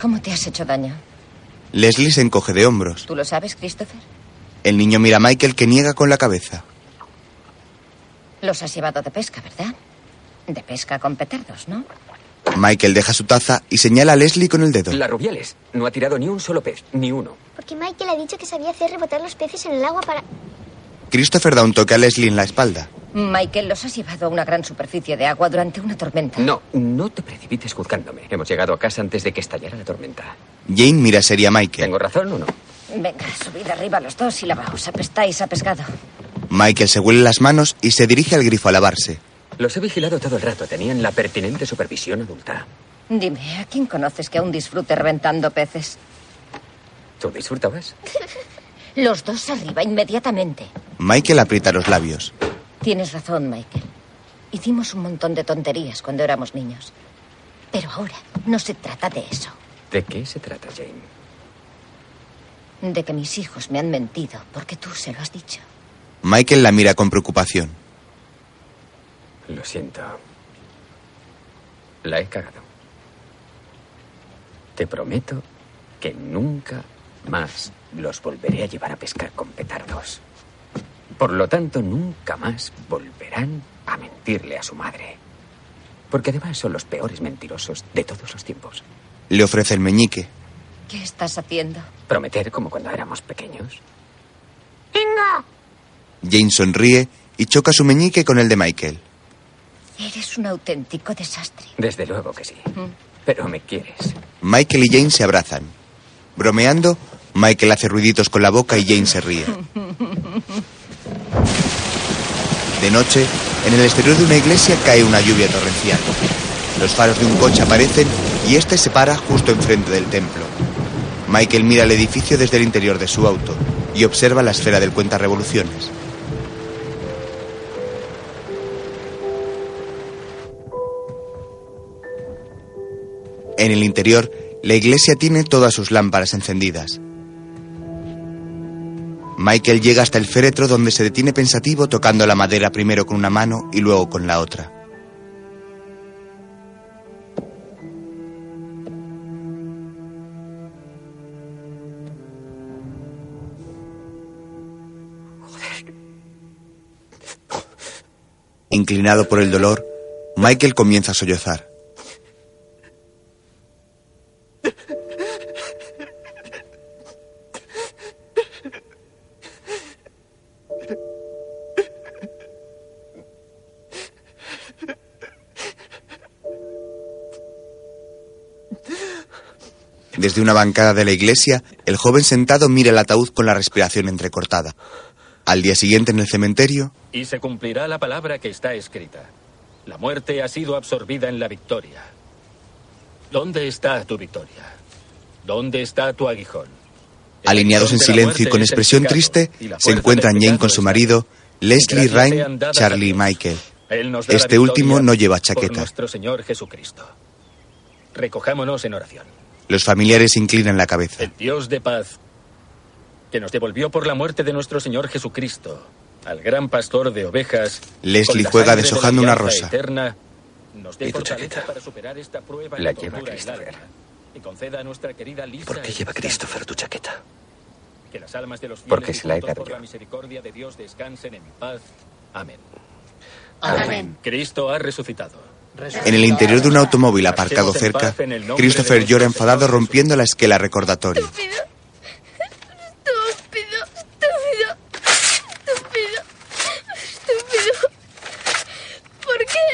Speaker 7: ¿Cómo te has hecho daño?
Speaker 1: Leslie se encoge de hombros.
Speaker 7: ¿Tú lo sabes, Christopher?
Speaker 1: El niño mira a Michael que niega con la cabeza.
Speaker 7: Los has llevado de pesca, ¿verdad? De pesca con petardos, ¿no?
Speaker 1: Michael deja su taza y señala a Leslie con el dedo.
Speaker 8: La Rubiales no ha tirado ni un solo pez, ni uno.
Speaker 5: Porque Michael ha dicho que sabía hacer rebotar los peces en el agua para...
Speaker 1: Christopher da un toque a Leslie en la espalda.
Speaker 7: Michael, los has llevado a una gran superficie de agua durante una tormenta.
Speaker 8: No, no te precipites juzgándome. Hemos llegado a casa antes de que estallara la tormenta.
Speaker 1: Jane mira seria a Michael.
Speaker 8: ¿Tengo razón o no?
Speaker 7: Venga, subid arriba los dos y lavaos. Apestáis a pescado.
Speaker 1: Michael se huele las manos y se dirige al grifo a lavarse.
Speaker 8: Los he vigilado todo el rato. Tenían la pertinente supervisión adulta.
Speaker 7: Dime, ¿a quién conoces que aún disfrute reventando peces?
Speaker 8: ¿Tú disfrutabas?
Speaker 7: Los dos arriba, inmediatamente.
Speaker 1: Michael aprieta los labios.
Speaker 7: Tienes razón, Michael. Hicimos un montón de tonterías cuando éramos niños. Pero ahora no se trata de eso,
Speaker 8: ¿De qué se trata, Jane?
Speaker 7: de que mis hijos me han mentido, porque tú se lo has dicho.
Speaker 1: Michael la mira con preocupación.
Speaker 8: Lo siento. La he cagado. Te prometo que nunca más los volveré a llevar a pescar con petardos. Por lo tanto, nunca más volverán a mentirle a su madre. Porque además son los peores mentirosos de todos los tiempos.
Speaker 1: Le ofrece el meñique.
Speaker 7: ¿Qué estás haciendo?
Speaker 8: Prometer como cuando éramos pequeños.
Speaker 1: Jane sonríe y choca su meñique con el de Michael.
Speaker 7: Eres un auténtico desastre.
Speaker 8: Desde luego que sí. Pero me quieres.
Speaker 1: Michael y Jane se abrazan. Bromeando, Michael hace ruiditos con la boca y Jane se ríe. De noche, en el exterior de una iglesia cae una lluvia torrencial. Los faros de un coche aparecen y este se para justo enfrente del templo. Michael mira el edificio desde el interior de su auto y observa la esfera del cuenta revoluciones. En el interior, la iglesia tiene todas sus lámparas encendidas. Michael llega hasta el féretro donde se detiene pensativo tocando la madera primero con una mano y luego con la otra. Inclinado por el dolor, Michael comienza a sollozar. Desde una bancada de la iglesia, el joven sentado mira el ataúd con la respiración entrecortada. Al día siguiente en el cementerio,
Speaker 9: Y se cumplirá la palabra que está escrita. La muerte ha sido absorbida en la victoria. ¿Dónde está tu victoria? ¿Dónde está tu aguijón? El
Speaker 1: alineados en
Speaker 9: aguijón de la
Speaker 1: silencio y
Speaker 9: muerte
Speaker 1: con
Speaker 9: es el
Speaker 1: expresión
Speaker 9: pecado,
Speaker 1: triste,
Speaker 9: y la
Speaker 1: se
Speaker 9: fuerza
Speaker 1: encuentran
Speaker 9: del
Speaker 1: Jane
Speaker 9: pecado
Speaker 1: con su
Speaker 9: es-
Speaker 1: marido, Leslie
Speaker 9: Gracias sean
Speaker 1: Ryan,
Speaker 9: dadas a
Speaker 1: Charlie y
Speaker 9: Dios.
Speaker 1: Michael.
Speaker 9: Él nos da la
Speaker 1: Este último
Speaker 9: victoria
Speaker 1: no lleva
Speaker 9: por
Speaker 1: chaqueta.
Speaker 9: nuestro Señor Jesucristo. Recojámonos en oración.
Speaker 1: Los familiares inclinan la cabeza.
Speaker 9: El Dios de paz, que nos devolvió por la muerte de nuestro Señor Jesucristo, al gran pastor de ovejas.
Speaker 1: Leslie
Speaker 9: con la
Speaker 1: juega
Speaker 9: sangre de la
Speaker 1: deshojando una
Speaker 9: alianza
Speaker 1: rosa.
Speaker 9: eterna, nos dé
Speaker 2: ¿Y tu
Speaker 9: fortaleza
Speaker 2: chaqueta?
Speaker 9: para superar esta prueba
Speaker 8: La
Speaker 9: que
Speaker 8: lleva
Speaker 9: tortura el
Speaker 8: Christopher.
Speaker 9: alma, Y conceda a nuestra querida Lisa
Speaker 2: ¿Por qué
Speaker 9: el
Speaker 2: lleva
Speaker 9: descanso,
Speaker 2: Christopher tu chaqueta?
Speaker 9: que las almas de los fieles
Speaker 8: Porque
Speaker 9: y
Speaker 8: se la he
Speaker 9: justos
Speaker 8: dado
Speaker 9: por
Speaker 8: yo.
Speaker 9: la misericordia de Dios descansen en paz. Amén.
Speaker 8: Amén.
Speaker 9: Cristo ha resucitado.
Speaker 1: En el interior de un automóvil aparcado cerca, Christopher llora enfadado rompiendo la esquela recordatoria.
Speaker 5: Estúpido. Estúpido. Estúpido. Estúpido. Estúpido. ¿Por qué?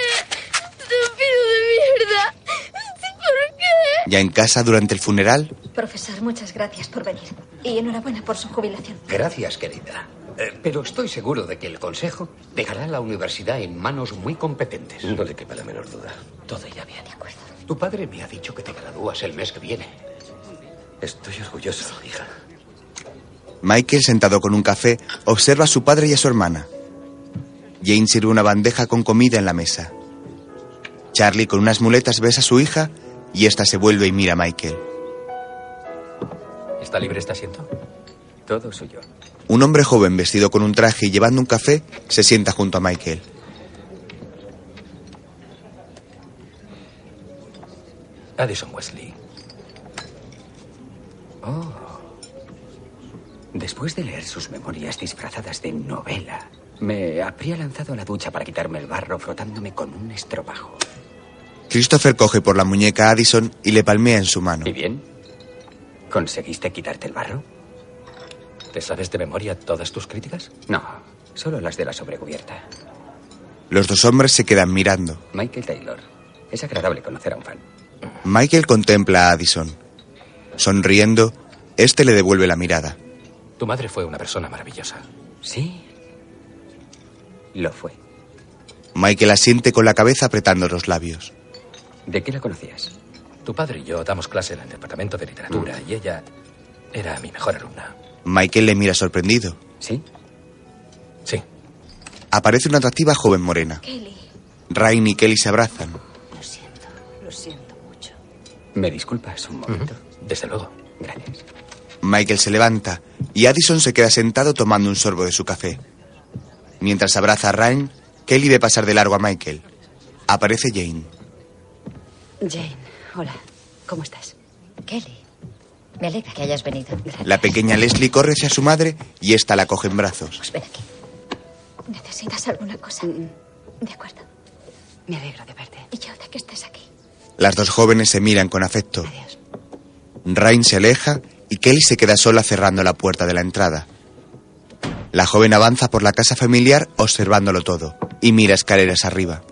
Speaker 5: Estúpido de mierda. ¿Por qué?
Speaker 1: Ya en casa, durante el funeral,
Speaker 6: Profesor, muchas gracias por venir. Y enhorabuena por su jubilación.
Speaker 10: Gracias, querida. Eh, pero estoy seguro de que el Consejo dejará la universidad en manos muy competentes.
Speaker 2: No le quepa la menor duda.
Speaker 10: Todo irá bien. De acuerdo. Tu padre me ha dicho que te gradúas el mes que viene.
Speaker 2: Estoy orgulloso, hija.
Speaker 1: Michael, sentado con un café, observa a su padre y a su hermana. Jane sirve una bandeja con comida en la mesa. Charlie, con unas muletas, besa a su hija y ésta se vuelve y mira a Michael.
Speaker 8: ¿Está libre este asiento? Todo suyo.
Speaker 1: Un hombre joven vestido con un traje y llevando un café se sienta junto a Michael.
Speaker 8: Addison Wesley. Oh. Después de leer sus memorias disfrazadas de novela, me habría lanzado a la ducha para quitarme el barro frotándome con un estropajo.
Speaker 1: Christopher coge por la muñeca a Addison y le palmea en su mano.
Speaker 8: ¿Y bien? ¿Conseguiste quitarte el barro?
Speaker 2: ¿Te sabes de memoria todas tus críticas?
Speaker 8: No, solo las de la sobrecubierta.
Speaker 1: Los dos hombres se quedan mirando.
Speaker 8: Michael Taylor. Es agradable conocer a un fan.
Speaker 1: Michael contempla a Addison. Sonriendo, este le devuelve la mirada.
Speaker 2: Tu madre fue una persona maravillosa.
Speaker 8: Sí. Lo fue.
Speaker 1: Michael asiente con la cabeza apretando los labios.
Speaker 8: ¿De qué la conocías?
Speaker 2: Tu padre y yo damos clase en el departamento de literatura y ella era mi mejor alumna.
Speaker 1: Michael le mira sorprendido.
Speaker 8: ¿Sí?
Speaker 2: Sí.
Speaker 1: Aparece una atractiva joven morena.
Speaker 5: Kelly,
Speaker 1: Rain y Kelly se abrazan.
Speaker 5: lo siento, lo siento mucho.
Speaker 8: ¿Me disculpas un momento?
Speaker 2: Desde luego.
Speaker 8: Gracias.
Speaker 1: Michael se levanta y Addison se queda sentado tomando un sorbo de su café. Mientras abraza a Ryan, Kelly ve pasar de largo a Michael. Aparece Jane.
Speaker 11: Jane, hola. ¿Cómo estás?
Speaker 7: Kelly, me alegra que hayas venido.
Speaker 1: La pequeña Leslie corre hacia su madre y ésta la coge en brazos.
Speaker 6: ¿Necesitas alguna cosa? De acuerdo.
Speaker 11: Mm, Me alegro de verte.
Speaker 6: Y yo de que estés aquí.
Speaker 1: Las dos jóvenes se miran con afecto. Rain se aleja y Kelly se queda sola cerrando la puerta de la entrada. La joven avanza por la casa familiar observándolo todo y mira escaleras arriba.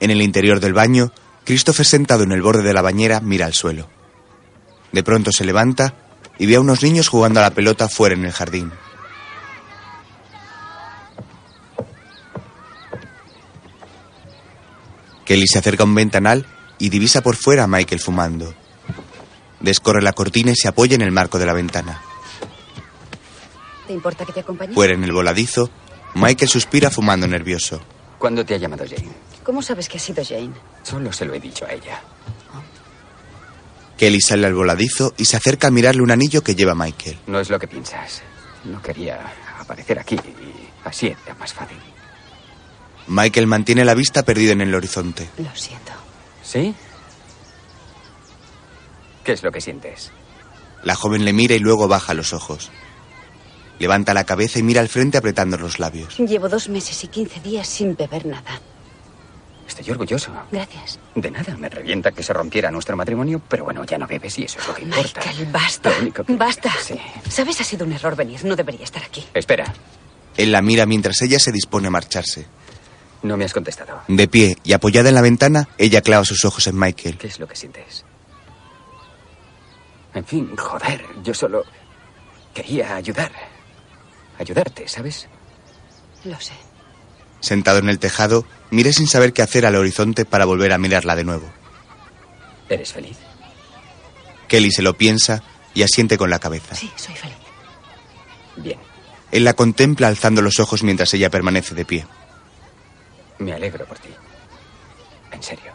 Speaker 1: En el interior del baño, Christopher sentado en el borde de la bañera mira al suelo. De pronto se levanta y ve a unos niños jugando a la pelota fuera en el jardín. Kelly se acerca a un ventanal y divisa por fuera a Michael fumando. Descorre la cortina y se apoya en el marco de la ventana.
Speaker 11: ¿Te importa que te acompañe?
Speaker 1: Fuera en el voladizo, Michael suspira fumando nervioso.
Speaker 8: ¿Cuándo te ha llamado Jane?
Speaker 11: ¿Cómo sabes que ha sido Jane?
Speaker 8: Solo se lo he dicho a ella.
Speaker 1: Kelly sale al voladizo y se acerca a mirarle un anillo que lleva Michael.
Speaker 8: No es lo que piensas. No quería aparecer aquí y así era más fácil.
Speaker 1: Michael mantiene la vista perdida en el horizonte.
Speaker 11: Lo siento.
Speaker 8: ¿Sí? ¿Qué es lo que sientes?
Speaker 1: La joven le mira y luego baja los ojos. Levanta la cabeza y mira al frente apretando los labios.
Speaker 11: Llevo dos meses y quince días sin beber nada.
Speaker 8: Estoy orgulloso.
Speaker 11: Gracias.
Speaker 8: De nada, me revienta que se rompiera nuestro matrimonio, pero bueno, ya no bebes y eso es lo que importa.
Speaker 11: Michael, basta.
Speaker 8: Lo único que-
Speaker 11: Basta.
Speaker 8: Sí.
Speaker 11: Sabes, ha sido un error venir. No debería estar aquí.
Speaker 8: Espera,
Speaker 1: Él la mira mientras ella se dispone a marcharse.
Speaker 8: no me has contestado.
Speaker 1: De pie y apoyada en la ventana, ella clava sus ojos en Michael.
Speaker 8: ¿Qué es lo que sientes? En fin, joder, yo solo quería ayudar. Ayudarte, ¿sabes?
Speaker 11: Lo sé.
Speaker 1: Sentado en el tejado, mira sin saber qué hacer al horizonte para volver a mirarla de nuevo.
Speaker 8: ¿Eres feliz?
Speaker 1: Kelly se lo piensa y asiente con la cabeza.
Speaker 11: Sí, soy feliz.
Speaker 8: Bien,
Speaker 1: Él la contempla alzando los ojos mientras ella permanece de pie.
Speaker 8: me alegro por ti. En serio.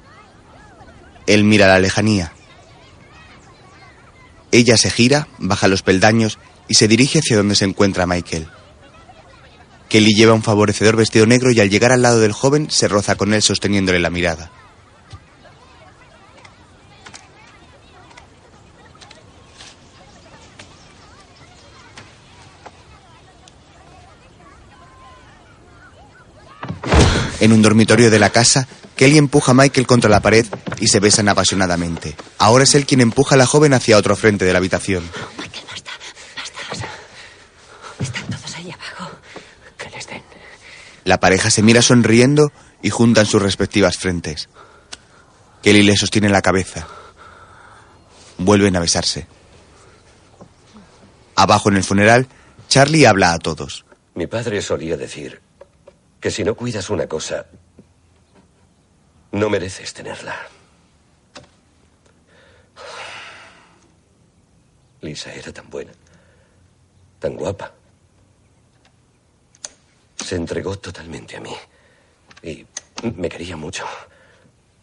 Speaker 1: Él mira la lejanía. Ella se gira, baja los peldaños y se dirige hacia donde se encuentra Michael. Kelly lleva un favorecedor vestido negro y al llegar al lado del joven se roza con él sosteniéndole la mirada. En un dormitorio de la casa, Kelly empuja a Michael contra la pared y se besan apasionadamente. Ahora es él quien empuja a la joven hacia otro frente de la habitación.
Speaker 11: Están todos ahí abajo.
Speaker 8: Que les den.
Speaker 1: La pareja se mira sonriendo y juntan sus respectivas frentes. Kelly le sostiene la cabeza. Vuelven a besarse. Abajo en el funeral, Charlie habla a todos.
Speaker 2: Mi padre solía decir que si no cuidas una cosa, no mereces tenerla. Lisa era tan buena, tan guapa. Se entregó totalmente a mí y me quería mucho.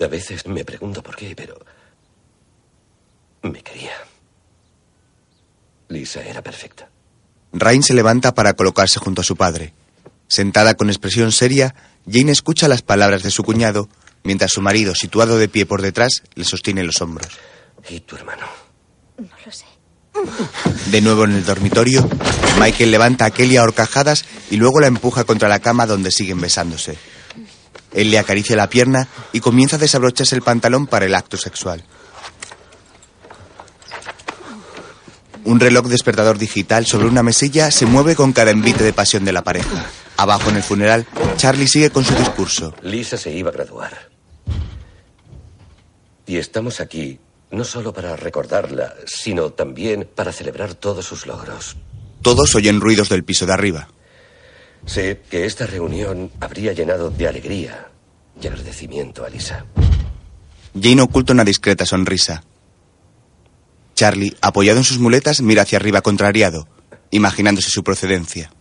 Speaker 2: A veces me pregunto por qué, pero me quería. Lisa era perfecta.
Speaker 1: Rain se levanta para colocarse junto a su padre. Sentada con expresión seria, Jane escucha las palabras de su cuñado, mientras su marido, situado de pie por detrás, le sostiene los hombros.
Speaker 2: ¿Y tu hermano?
Speaker 6: No lo sé.
Speaker 1: De nuevo en el dormitorio, Michael levanta a Kelly a horcajadas y luego la empuja contra la cama donde siguen besándose. Él le acaricia la pierna y comienza a desabrocharse el pantalón para el acto sexual. Un reloj despertador digital sobre una mesilla se mueve con cada envite de pasión de la pareja. Abajo en el funeral, Charlie sigue con su discurso.
Speaker 2: Lisa se iba a graduar. Y estamos aquí no solo para recordarla, sino también para celebrar todos sus logros.
Speaker 1: Todos oyen ruidos del piso de arriba.
Speaker 2: Sé que esta reunión habría llenado de alegría y agradecimiento a Lisa.
Speaker 1: Jane oculta una discreta sonrisa. Charlie, apoyado en sus muletas, mira hacia arriba contrariado, imaginándose su procedencia.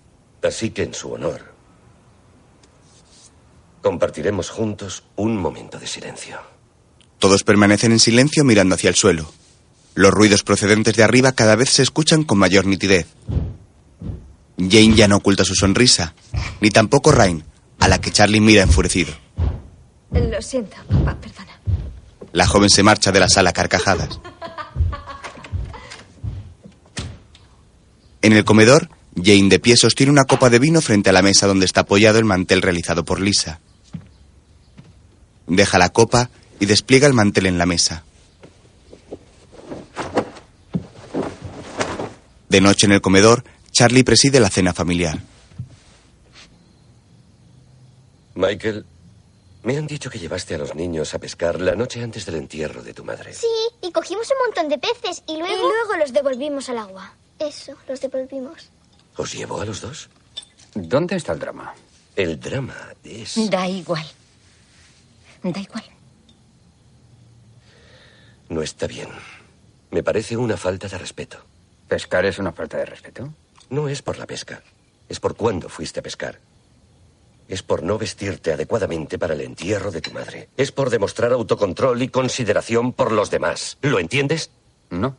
Speaker 2: Así que en su honor, compartiremos juntos un momento de silencio.
Speaker 1: Todos permanecen en silencio mirando hacia el suelo. Los ruidos procedentes de arriba cada vez se escuchan con mayor nitidez. Jane ya no oculta su sonrisa, ni tampoco Rain, a la que Charlie mira enfurecido.
Speaker 6: Lo siento, papá, perdona.
Speaker 1: La joven se marcha de la sala a carcajadas. En el comedor, Jane de pie sostiene una copa de vino frente a la mesa donde está apoyado el mantel realizado por Lisa. Deja la copa y despliega el mantel en la mesa. De noche en el comedor, Charlie preside la cena familiar.
Speaker 2: Michael, me han dicho que llevaste a los niños a pescar la noche antes del entierro de tu madre.
Speaker 5: Sí, y cogimos un montón de peces y luego... Y luego los devolvimos al agua. Eso, los devolvimos.
Speaker 2: ¿Os llevó a los dos?
Speaker 8: ¿Dónde está el drama?
Speaker 2: El drama es...
Speaker 7: Da igual. Da igual.
Speaker 2: No está bien. Me parece una falta de respeto.
Speaker 8: ¿Pescar es una falta de respeto?
Speaker 2: No es por la pesca. Es por cuándo fuiste a pescar. Es por no vestirte adecuadamente para el entierro de tu madre. Es por demostrar autocontrol y consideración por los demás. ¿Lo entiendes?
Speaker 8: No,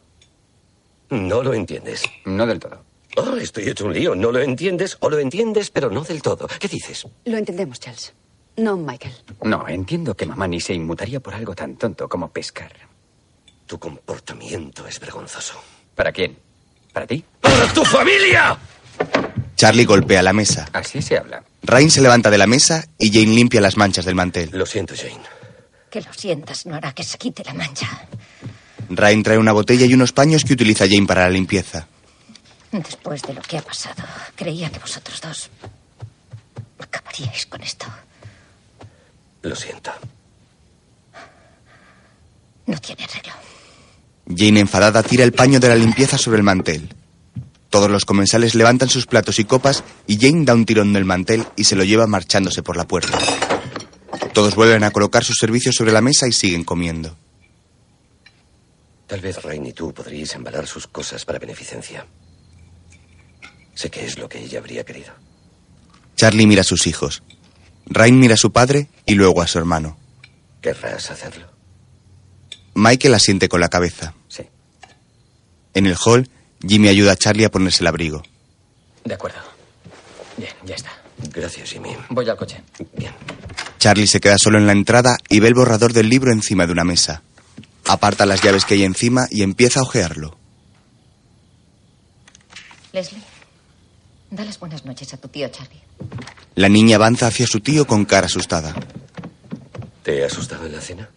Speaker 2: No lo entiendes.
Speaker 8: no del todo.
Speaker 2: Oh, estoy hecho un lío. No lo entiendes o lo entiendes, pero no del todo. ¿Qué dices?
Speaker 11: Lo entendemos, Charles. No, Michael.
Speaker 8: No, entiendo que mamá ni se inmutaría por algo tan tonto como pescar.
Speaker 2: Tu comportamiento es vergonzoso.
Speaker 8: ¿Para quién? ¿Para ti?
Speaker 2: ¡Para tu familia!
Speaker 1: Charlie golpea la mesa.
Speaker 8: Así se habla.
Speaker 1: Rain se levanta de la mesa y Jane limpia las manchas del mantel.
Speaker 2: Lo siento, Jane.
Speaker 7: Que lo sientas no hará que se quite la mancha.
Speaker 1: Rain trae una botella y unos paños que utiliza Jane para la limpieza.
Speaker 7: Después de lo que ha pasado, creía que vosotros dos acabaríais con esto.
Speaker 2: Lo siento.
Speaker 7: No tiene arreglo.
Speaker 1: Jane enfadada tira el paño de la limpieza sobre el mantel. Todos los comensales levantan sus platos y copas y Jane da un tirón del mantel y se lo lleva marchándose por la puerta. Todos vuelven a colocar sus servicios sobre la mesa y siguen comiendo.
Speaker 2: Tal vez Rain y tú podríais embalar sus cosas para beneficencia. Sé que es lo que ella habría querido.
Speaker 1: Charlie mira a sus hijos. Rain mira a su padre y luego a su hermano.
Speaker 2: ¿Querrás hacerlo?
Speaker 1: Michael asiente con la cabeza.
Speaker 2: Sí.
Speaker 1: En el hall, Jimmy ayuda a Charlie a ponerse el abrigo.
Speaker 4: De acuerdo. Bien, ya está.
Speaker 2: Gracias, Jimmy.
Speaker 4: Voy al coche.
Speaker 2: Bien.
Speaker 1: Charlie se queda solo en la entrada y ve el borrador del libro encima de una mesa. Aparta las llaves que hay encima y empieza a ojearlo.
Speaker 7: Leslie, da las buenas noches a tu tío Charlie.
Speaker 1: La niña avanza hacia su tío con cara asustada.
Speaker 2: ¿Te he asustado en la cena?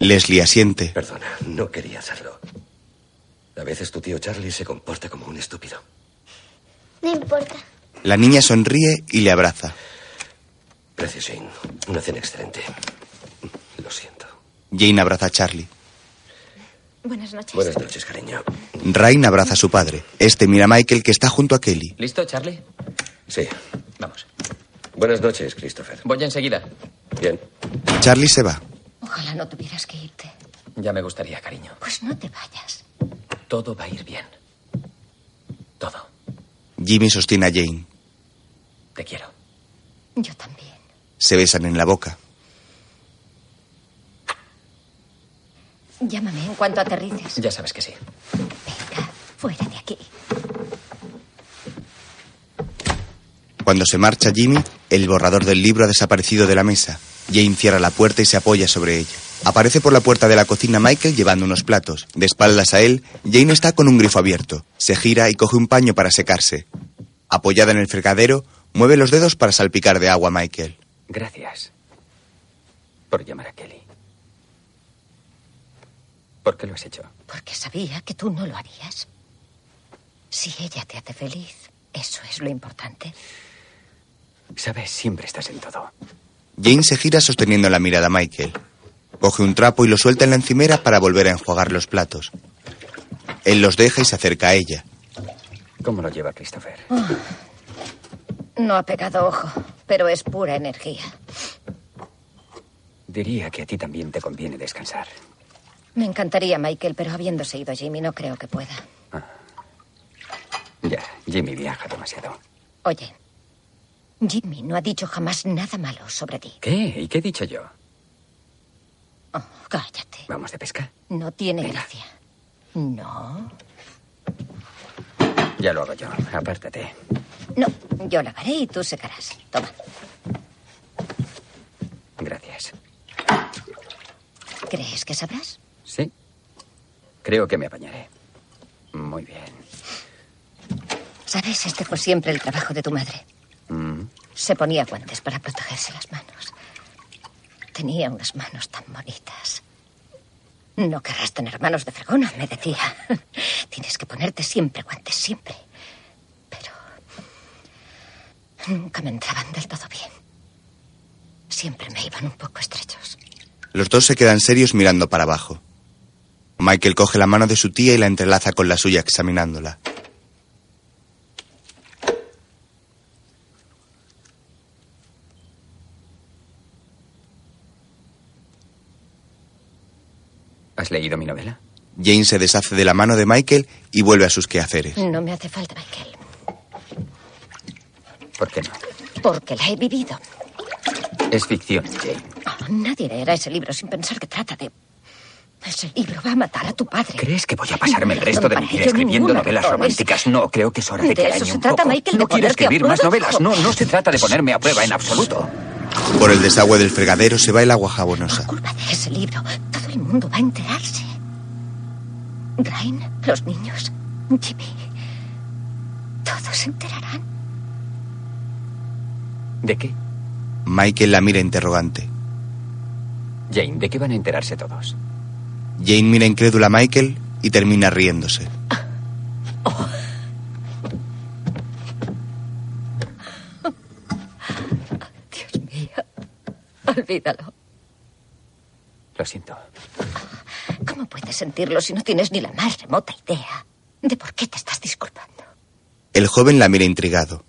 Speaker 1: Leslie asiente.
Speaker 2: Perdona, no quería hacerlo. A veces tu tío Charlie se comporta como un estúpido.
Speaker 5: No importa.
Speaker 1: La niña sonríe y le abraza.
Speaker 2: Gracias, Jane. Una cena excelente. Lo siento.
Speaker 1: Jane abraza a Charlie.
Speaker 6: Buenas noches.
Speaker 2: Buenas noches, cariño.
Speaker 1: Rain abraza a su padre. Este mira a Michael que está junto a Kelly.
Speaker 4: ¿Listo, Charlie?
Speaker 2: Sí.
Speaker 4: Vamos.
Speaker 2: Buenas noches, Christopher.
Speaker 4: Voy enseguida.
Speaker 2: Bien.
Speaker 1: Charlie se va.
Speaker 7: Ojalá no tuvieras que irte.
Speaker 4: Ya me gustaría, cariño.
Speaker 7: Pues no te vayas.
Speaker 4: Todo va a ir bien. Todo.
Speaker 1: Jimmy sostiene a Jane.
Speaker 4: Te quiero.
Speaker 7: Yo también.
Speaker 1: Se besan en la boca.
Speaker 7: Llámame en cuanto aterrices.
Speaker 4: Ya sabes que sí.
Speaker 7: Venga, fuera de aquí.
Speaker 1: Cuando se marcha Jimmy, el borrador del libro ha desaparecido de la mesa. Jane cierra la puerta y se apoya sobre ella. Aparece por la puerta de la cocina Michael llevando unos platos. De espaldas a él, Jane está con un grifo abierto. Se gira y coge un paño para secarse. Apoyada en el fregadero, mueve los dedos para salpicar de agua a Michael.
Speaker 8: Gracias por llamar a Kelly. ¿Por qué lo has hecho?
Speaker 7: Porque sabía que tú no lo harías. Si ella te hace feliz, eso es lo importante.
Speaker 8: Sabes, siempre estás en todo.
Speaker 1: Jane se gira sosteniendo la mirada a Michael. Coge un trapo y lo suelta en la encimera para volver a enjuagar los platos. Él los deja y se acerca a ella.
Speaker 8: ¿Cómo lo lleva Christopher?
Speaker 7: Oh. No ha pegado ojo, pero es pura energía.
Speaker 8: Diría que a ti también te conviene descansar.
Speaker 7: Me encantaría, Michael, pero habiéndose ido Jimmy, no creo que pueda.
Speaker 8: Ya, Jimmy viaja demasiado.
Speaker 7: Oye, Jimmy no ha dicho jamás nada malo sobre ti.
Speaker 8: ¿Qué? ¿Y qué he dicho yo?
Speaker 7: Oh, cállate.
Speaker 8: ¿Vamos de pesca?
Speaker 7: No tiene gracia. No.
Speaker 8: Ya lo hago yo. Apártate.
Speaker 7: No, yo lavaré y tú secarás. Toma.
Speaker 8: Gracias.
Speaker 7: ¿Crees que sabrás?
Speaker 8: Sí. Creo que me apañaré. Muy bien.
Speaker 7: Sabes, este fue siempre el trabajo de tu madre.
Speaker 8: Mm,
Speaker 7: Se ponía guantes para protegerse las manos. Tenía unas manos tan bonitas. No querrás tener manos de fregona, me decía. Tienes que ponerte siempre guantes, siempre. Pero nunca me entraban del todo bien. Siempre me iban un poco estrechos.
Speaker 1: Los dos se quedan serios mirando para abajo. Michael coge la mano de su tía y la entrelaza con la suya examinándola.
Speaker 8: ¿Has leído mi novela?
Speaker 1: Jane se deshace de la mano de Michael y vuelve a sus quehaceres.
Speaker 7: No me hace falta, Michael,
Speaker 8: ¿Por qué no?
Speaker 7: porque la he vivido.
Speaker 8: Es ficción, Jane.
Speaker 7: Oh, nadie leerá ese libro sin pensar que trata de... Ese libro va a matar a tu padre.
Speaker 8: ¿Crees que voy a pasarme el
Speaker 7: No,
Speaker 8: resto de
Speaker 7: para
Speaker 8: mi vida
Speaker 7: ello
Speaker 8: escribiendo
Speaker 7: ninguno,
Speaker 8: novelas
Speaker 7: Tom, es-
Speaker 8: románticas? No, creo que es hora de
Speaker 7: De
Speaker 8: que
Speaker 7: eso
Speaker 8: dañe
Speaker 7: se
Speaker 8: un
Speaker 7: trata,
Speaker 8: poco.
Speaker 7: Michael, de
Speaker 8: no quiero
Speaker 7: ponerte a
Speaker 8: escribir más
Speaker 7: prueba.
Speaker 8: novelas. No, no se trata de ponerme a prueba en absoluto.
Speaker 1: Por el desagüe del fregadero se va el agua jabonosa.
Speaker 7: De ese libro todo el mundo va a enterarse. Rain, los niños, Jimmy. Todos se enterarán.
Speaker 8: ¿De qué?
Speaker 1: Michael la mira interrogante.
Speaker 8: Jane, ¿de qué van a enterarse todos?
Speaker 1: Jane mira incrédula a Michael y termina riéndose.
Speaker 7: Dios mío. Olvídalo.
Speaker 8: Lo siento.
Speaker 7: ¿Cómo puedes sentirlo si no tienes ni la más remota idea de por qué te estás disculpando?
Speaker 1: El joven la mira intrigado.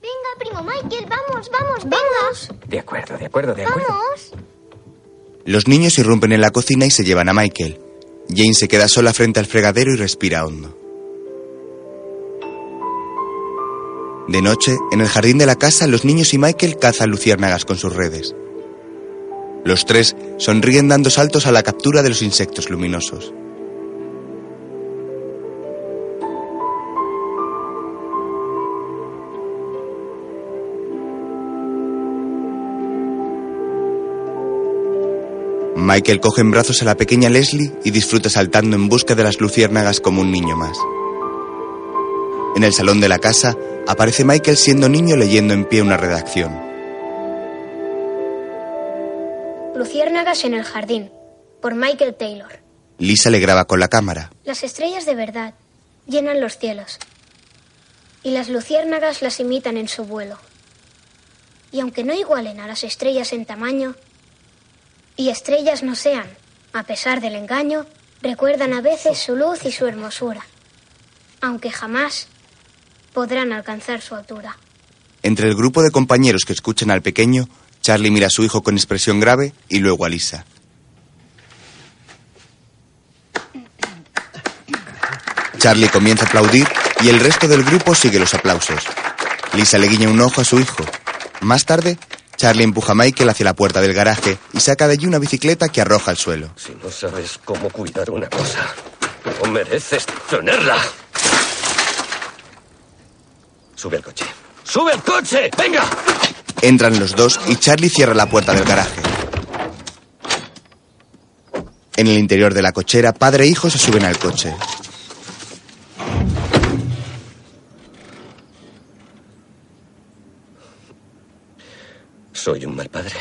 Speaker 5: Venga, primo Michael, vamos, vamos, venga.
Speaker 8: De acuerdo, de acuerdo, de acuerdo.
Speaker 5: Vamos.
Speaker 1: Los niños irrumpen en la cocina y se llevan a Michael. Jane se queda sola frente al fregadero y respira hondo. De noche, en el jardín de la casa, los niños y Michael cazan luciérnagas con sus redes. Los tres sonríen dando saltos a la captura de los insectos luminosos. Michael coge en brazos a la pequeña Leslie y disfruta saltando en busca de las luciérnagas como un niño más. En el salón de la casa aparece Michael siendo niño leyendo en pie una redacción.
Speaker 5: Luciérnagas en el jardín, por Michael Taylor.
Speaker 1: Lisa le graba con la cámara.
Speaker 5: Las estrellas de verdad llenan los cielos y las luciérnagas las imitan en su vuelo. Y aunque no igualen a las estrellas en tamaño y estrellas no sean, a pesar del engaño, recuerdan a veces su luz y su hermosura, aunque jamás podrán alcanzar su altura.
Speaker 1: Entre el grupo de compañeros que escuchan al pequeño, Charlie mira a su hijo con expresión grave y luego a Lisa. Charlie comienza a aplaudir y el resto del grupo sigue los aplausos. Lisa le guiña un ojo a su hijo. Más tarde, Charlie empuja a Michael hacia la puerta del garaje y saca de allí una bicicleta que arroja al suelo.
Speaker 2: Si no sabes pues, cómo cuidar una cosa, no mereces tenerla. Sube al coche. ¡Sube al coche! ¡Venga!
Speaker 1: Entran los dos y Charlie cierra la puerta del garaje. En el interior de la cochera, padre e hijo se suben al coche.
Speaker 2: Soy un mal padre.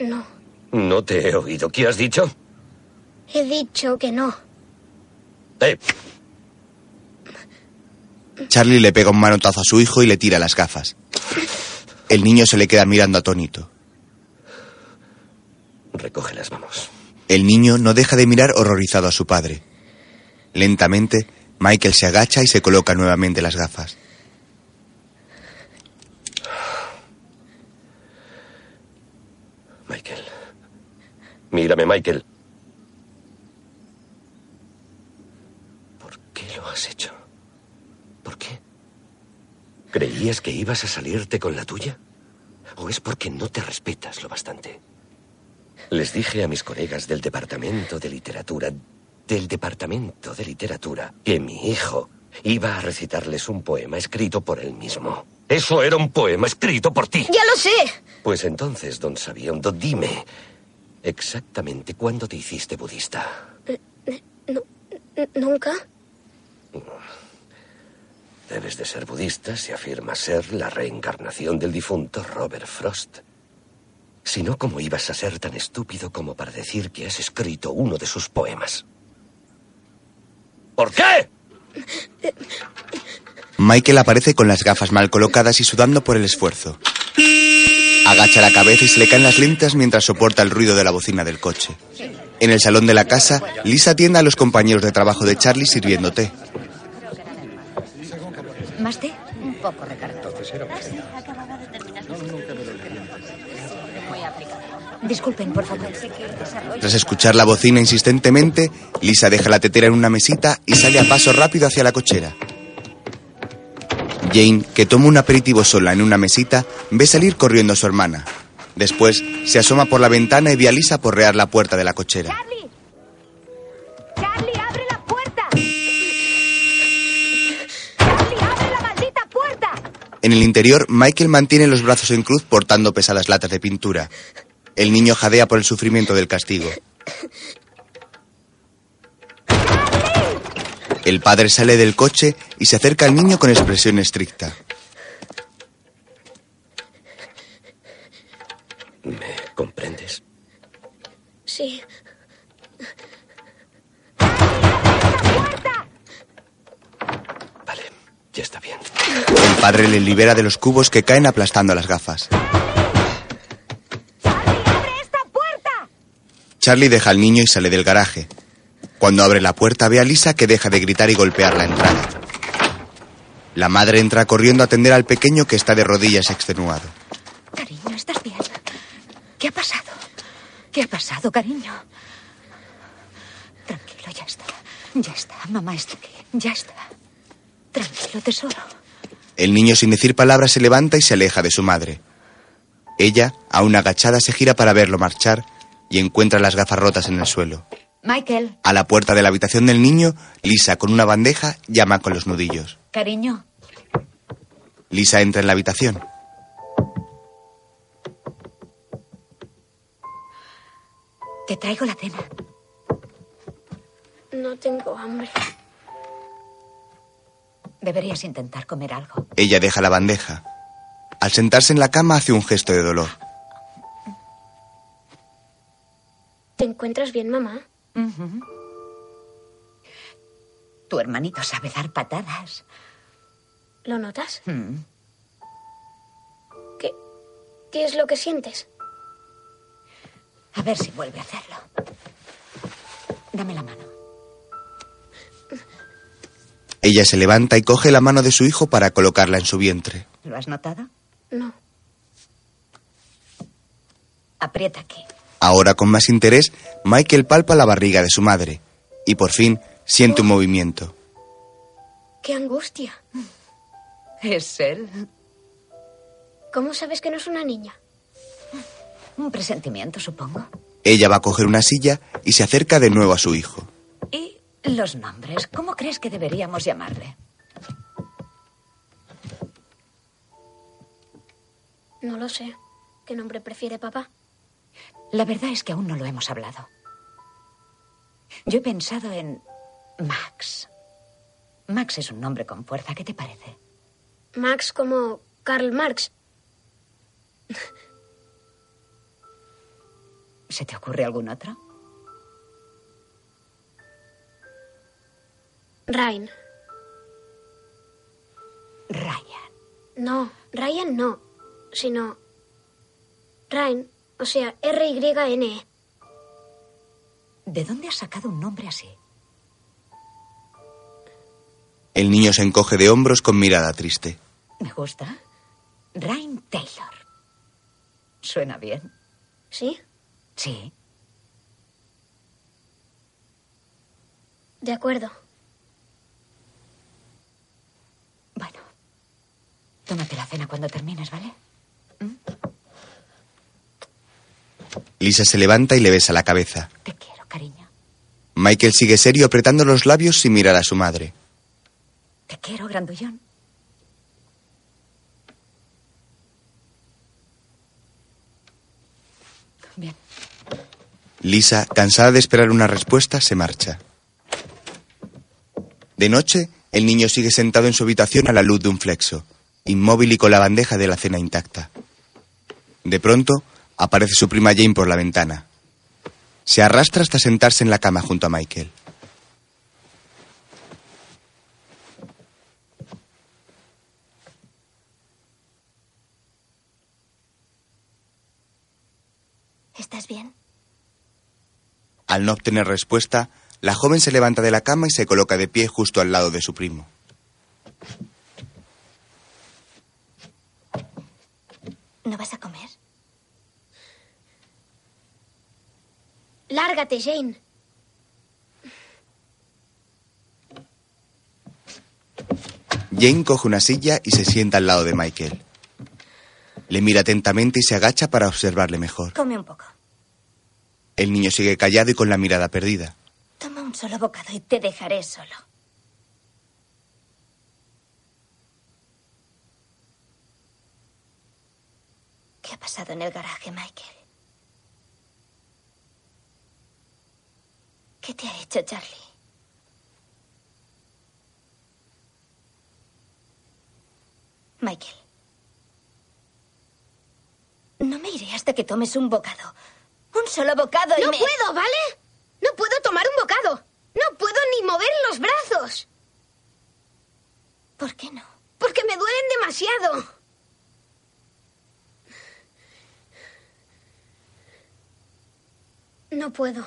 Speaker 5: No,
Speaker 2: No te he oído. ¿Qué has dicho?
Speaker 5: he dicho que no.
Speaker 2: Eh,
Speaker 1: Charlie le pega un manotazo a su hijo y le tira las gafas. El niño se le queda mirando atónito.
Speaker 2: recógelas, vamos.
Speaker 1: El niño no deja de mirar horrorizado a su padre. Lentamente, Michael se agacha y se coloca nuevamente las gafas.
Speaker 2: Michael. Mírame, Michael. ¿Por qué lo has hecho? ¿Por qué? ¿Creías que ibas a salirte con la tuya? ¿O es porque no te respetas lo bastante? Les dije a mis colegas del Departamento de Literatura, del Departamento de Literatura, que mi hijo iba a recitarles un poema escrito por él mismo. Eso era un poema escrito por ti.
Speaker 5: Ya lo sé.
Speaker 2: Pues entonces, don Sabiondo, dime exactamente cuándo te hiciste budista.
Speaker 5: N- Nunca.
Speaker 2: Debes de ser budista si afirmas ser la reencarnación del difunto Robert Frost. Si no, ¿cómo ibas a ser tan estúpido como para decir que has escrito uno de sus poemas? ¿Por qué?
Speaker 1: Michael aparece con las gafas mal colocadas y sudando por el esfuerzo. Agacha la cabeza y se le caen las lentes mientras soporta el ruido de la bocina del coche. En el salón de la casa, Lisa atiende a los compañeros de trabajo de Charlie sirviendo té.
Speaker 7: ¿Más té? Un poco recargado.
Speaker 3: Disculpen, por favor.
Speaker 1: Tras escuchar la bocina insistentemente, Lisa deja la tetera en una mesita y sale a paso rápido hacia la cochera. Jane, que toma un aperitivo sola en una mesita, ve salir corriendo a su hermana. Después, se asoma por la ventana y ve a Lisa porrear la puerta de la cochera.
Speaker 12: ¡Charlie, abre la puerta! ¡Charlie, abre la maldita puerta!
Speaker 1: En el interior, Michael mantiene los brazos en cruz portando pesadas latas de pintura. El niño jadea por el sufrimiento del castigo. El padre sale del coche y se acerca al niño con expresión estricta.
Speaker 2: ¿Me comprendes?
Speaker 5: Sí.
Speaker 2: Ya está bien.
Speaker 1: El padre le libera de los cubos que caen aplastando las gafas. Charlie deja al niño y sale del garaje. Cuando abre la puerta ve a Lisa que deja de gritar y golpear la entrada. La madre entra corriendo a atender al pequeño que está de rodillas extenuado.
Speaker 3: Cariño, ¿estás bien? ¿Qué ha pasado? ¿Qué ha pasado, cariño? Tranquilo, ya está. Ya está, mamá está aquí. Ya está. Tranquilo, tesoro.
Speaker 1: El niño sin decir palabra se levanta y se aleja de su madre. Ella, aún agachada, se gira para verlo marchar y encuentra las gafas rotas en el suelo.
Speaker 3: Michael,
Speaker 1: A la puerta de la habitación del niño, Lisa, con una bandeja, llama con los nudillos.
Speaker 3: cariño.
Speaker 1: Lisa entra en la habitación.
Speaker 3: Te traigo la cena.
Speaker 5: No tengo hambre.
Speaker 3: Deberías intentar comer algo.
Speaker 1: Ella deja la bandeja. Al sentarse en la cama hace un gesto de dolor.
Speaker 5: ¿Te encuentras bien, mamá?
Speaker 7: Tu hermanito sabe dar patadas.
Speaker 5: ¿Lo notas?
Speaker 7: Mm.
Speaker 5: ¿Qué es lo que sientes?
Speaker 3: A ver si vuelve a hacerlo. Dame la mano.
Speaker 1: Ella se levanta y coge la mano de su hijo para colocarla en su vientre.
Speaker 7: ¿Lo has notado?
Speaker 5: No.
Speaker 7: Aprieta aquí.
Speaker 1: Ahora con más interés, Michael palpa la barriga de su madre y por fin siente un movimiento.
Speaker 5: ¡Qué angustia!
Speaker 7: Es él.
Speaker 5: ¿Cómo sabes que no es una niña?
Speaker 7: Un presentimiento, supongo.
Speaker 1: Ella va a coger una silla y se acerca de nuevo a su hijo.
Speaker 7: ¿Y los nombres? ¿Cómo crees que deberíamos llamarle?
Speaker 5: No lo sé. ¿Qué nombre prefiere papá?
Speaker 7: La verdad es que aún no lo hemos hablado. Yo he pensado en Max. Max es un nombre con fuerza, ¿qué te parece?
Speaker 5: Max como Karl Marx.
Speaker 3: ¿Se te ocurre algún otro?
Speaker 5: Ryan.
Speaker 3: Ryan.
Speaker 5: No, Ryan no, sino Ryan, o sea, R-Y-N-E.
Speaker 3: ¿De dónde has sacado un nombre así?
Speaker 1: El niño se encoge de hombros con mirada triste.
Speaker 3: Me gusta. Ryan Taylor. ¿Suena bien?
Speaker 5: ¿Sí?
Speaker 3: Sí.
Speaker 5: De acuerdo.
Speaker 3: Bueno. Tómate la cena cuando termines, ¿vale?
Speaker 1: Lisa se levanta y le besa la cabeza.
Speaker 3: Te quiero, cariño.
Speaker 1: Michael sigue serio apretando los labios sin mirar a su madre.
Speaker 3: Te quiero, grandullón. Bien.
Speaker 1: Lisa, cansada de esperar una respuesta, se marcha. De noche, el niño sigue sentado en su habitación a la luz de un flexo, inmóvil y con la bandeja de la cena intacta. De pronto, aparece su prima Jane por la ventana. Se arrastra hasta sentarse en la cama junto a Michael.
Speaker 5: ¿Estás bien?
Speaker 1: Al no obtener respuesta, la joven se levanta de la cama y se coloca de pie justo al lado de su primo.
Speaker 5: ¿No vas a comer? Lárgate, Jane.
Speaker 1: Jane coge una silla y se sienta al lado de Michael. Le mira atentamente y se agacha para observarle mejor.
Speaker 3: Come un poco.
Speaker 1: El niño sigue callado y con la mirada perdida.
Speaker 3: Toma un solo bocado y te dejaré solo.
Speaker 5: ¿Qué ha pasado en el garaje, Michael? ¿Qué te ha hecho Charlie? Michael.
Speaker 3: No me iré hasta que tomes un bocado. Un solo bocado y
Speaker 12: No
Speaker 3: me-
Speaker 12: puedo, ¿vale? No puedo tomar un bocado. No puedo ni mover los brazos.
Speaker 5: ¿Por qué no?
Speaker 12: Porque me duelen demasiado.
Speaker 5: No puedo.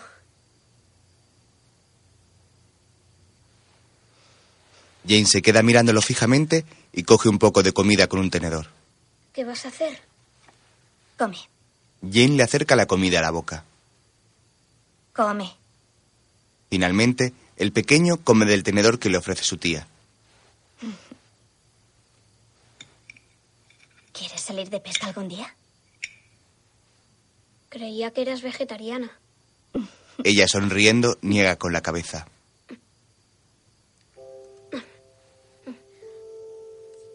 Speaker 1: Jane se queda mirándolo fijamente y coge un poco de comida con un tenedor.
Speaker 5: ¿Qué vas a hacer?
Speaker 3: Come,
Speaker 1: Jane le acerca la comida a la boca.
Speaker 3: come.
Speaker 1: Finalmente, el pequeño come del tenedor que le ofrece su tía.
Speaker 5: ¿Quieres salir de pesca algún día? Creía que eras vegetariana.
Speaker 1: Ella, sonriendo, niega con la cabeza.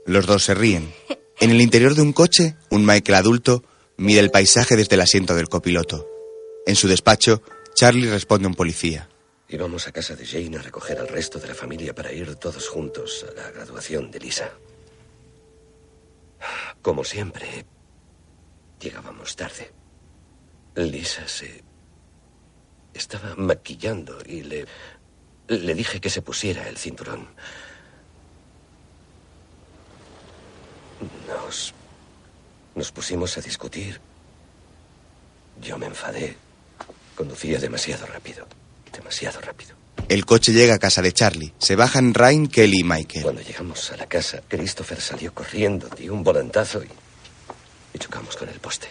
Speaker 1: Los dos se ríen. En el interior de un coche, un Michael adulto mira el paisaje desde el asiento del copiloto. En su despacho, Charlie responde a un policía.
Speaker 2: Íbamos a casa de Jane a recoger al resto de la familia para ir todos juntos a la graduación de Lisa. Como siempre, llegábamos tarde. Lisa se estaba maquillando y le le dije que se pusiera el cinturón. Nos nos pusimos a discutir. Yo me enfadé. Conducía demasiado rápido. Demasiado rápido.
Speaker 1: El coche llega a casa de Charlie. Se bajan Ryan, Kelly y Michael.
Speaker 2: Cuando llegamos a la casa, Christopher salió corriendo, dio un volantazo y, y chocamos con el poste.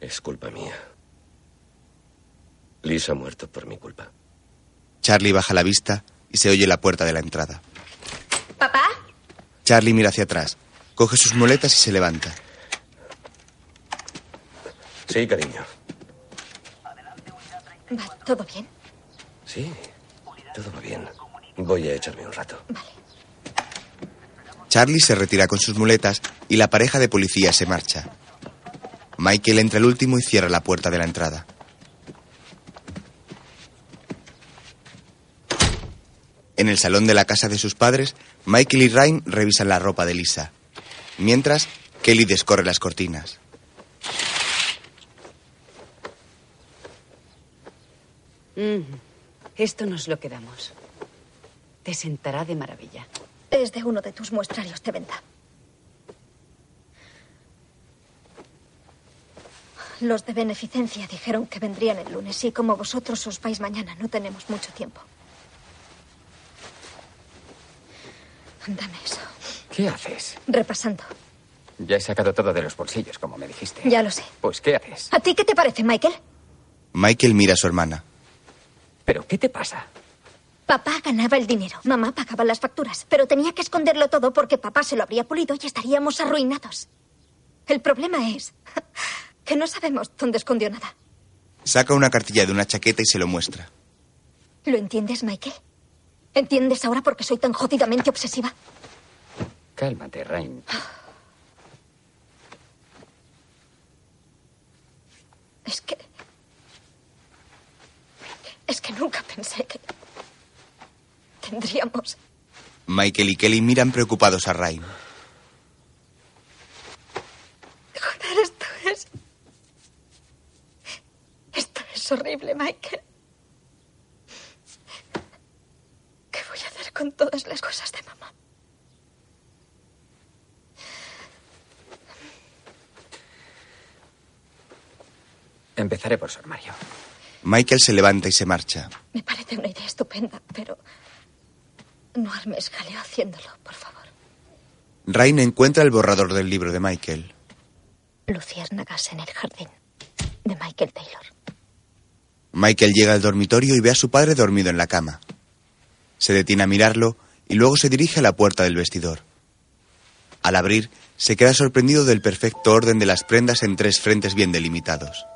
Speaker 2: Es culpa mía. Lisa ha muerto por mi culpa.
Speaker 1: Charlie baja la vista y se oye la puerta de la entrada. ¿Papá? Charlie mira hacia atrás, coge sus muletas y se levanta.
Speaker 2: Sí, cariño.
Speaker 3: Va, ¿todo bien?
Speaker 2: Sí, todo va bien. Voy a echarme un rato.
Speaker 1: Charlie se retira con sus muletas y la pareja de policías se marcha. Michael entra el último y cierra la puerta de la entrada. En el salón de la casa de sus padres, Michael y Ryan revisan la ropa de Lisa. Mientras, Kelly descorre las cortinas.
Speaker 11: Mm, Esto nos lo quedamos. Te sentará de maravilla.
Speaker 13: Es de uno de tus muestrarios de venta.
Speaker 6: Los de beneficencia dijeron que vendrían el lunes y como vosotros os vais mañana, no tenemos mucho tiempo. Dame eso.
Speaker 8: ¿Qué haces?
Speaker 6: Repasando.
Speaker 8: Ya he sacado todo de los bolsillos, como me dijiste.
Speaker 6: Ya lo sé.
Speaker 8: Pues, ¿qué haces?
Speaker 6: ¿A ti qué te parece, Michael?
Speaker 1: Michael mira a su hermana.
Speaker 8: ¿Pero qué te pasa?
Speaker 6: Papá ganaba el dinero, mamá pagaba las facturas, pero tenía que esconderlo todo porque papá se lo habría pulido y estaríamos arruinados. El problema es que no sabemos dónde escondió nada.
Speaker 1: Saca una cartilla de una chaqueta y se lo muestra.
Speaker 6: ¿Lo entiendes, Michael? ¿Entiendes ahora por qué soy tan jodidamente obsesiva?
Speaker 8: Cálmate, Rain.
Speaker 6: Es que... Es que nunca pensé que... Tendríamos...
Speaker 1: Michael y Kelly miran preocupados a Ryan.
Speaker 6: Joder, esto es... Esto es horrible, Michael. ¿Qué voy a hacer con todas las cosas de mamá?
Speaker 8: Empezaré por su armario.
Speaker 1: Michael se levanta y se marcha.
Speaker 6: Me parece una idea estupenda, pero... No armes jaleo haciéndolo, por favor.
Speaker 1: Ryan encuentra el borrador del libro de Michael.
Speaker 6: Luciérnagas en el jardín. De Michael Taylor.
Speaker 1: Michael llega al dormitorio y ve a su padre dormido en la cama. Se detiene a mirarlo y luego se dirige a la puerta del vestidor. Al abrir, se queda sorprendido del perfecto orden de las prendas en tres frentes bien delimitados.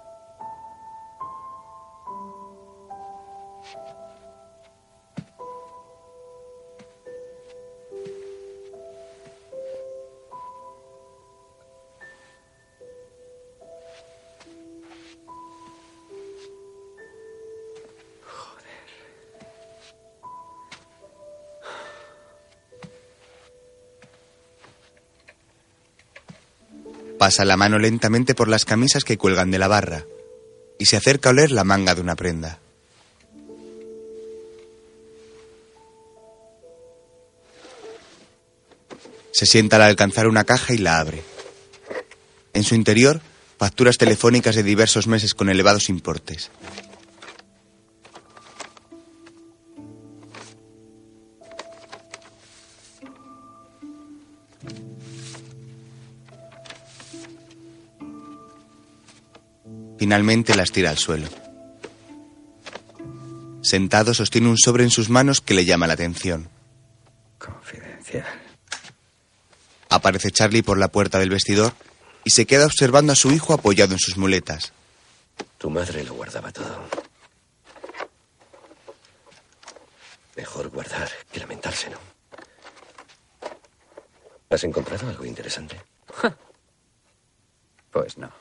Speaker 1: Pasa la mano lentamente por las camisas que cuelgan de la barra y se acerca a oler la manga de una prenda. Se sienta al alcanzar una caja y la abre. En su interior, facturas telefónicas de diversos meses con elevados importes. Finalmente las tira al suelo. Sentado sostiene un sobre en sus manos que le llama la atención.
Speaker 8: Confidencial.
Speaker 1: Aparece Charlie por la puerta del vestidor y se queda observando a su hijo apoyado en sus muletas.
Speaker 2: Tu madre lo guardaba todo. Mejor guardar que lamentarse, ¿no? ¿Has encontrado algo interesante?
Speaker 8: Pues no.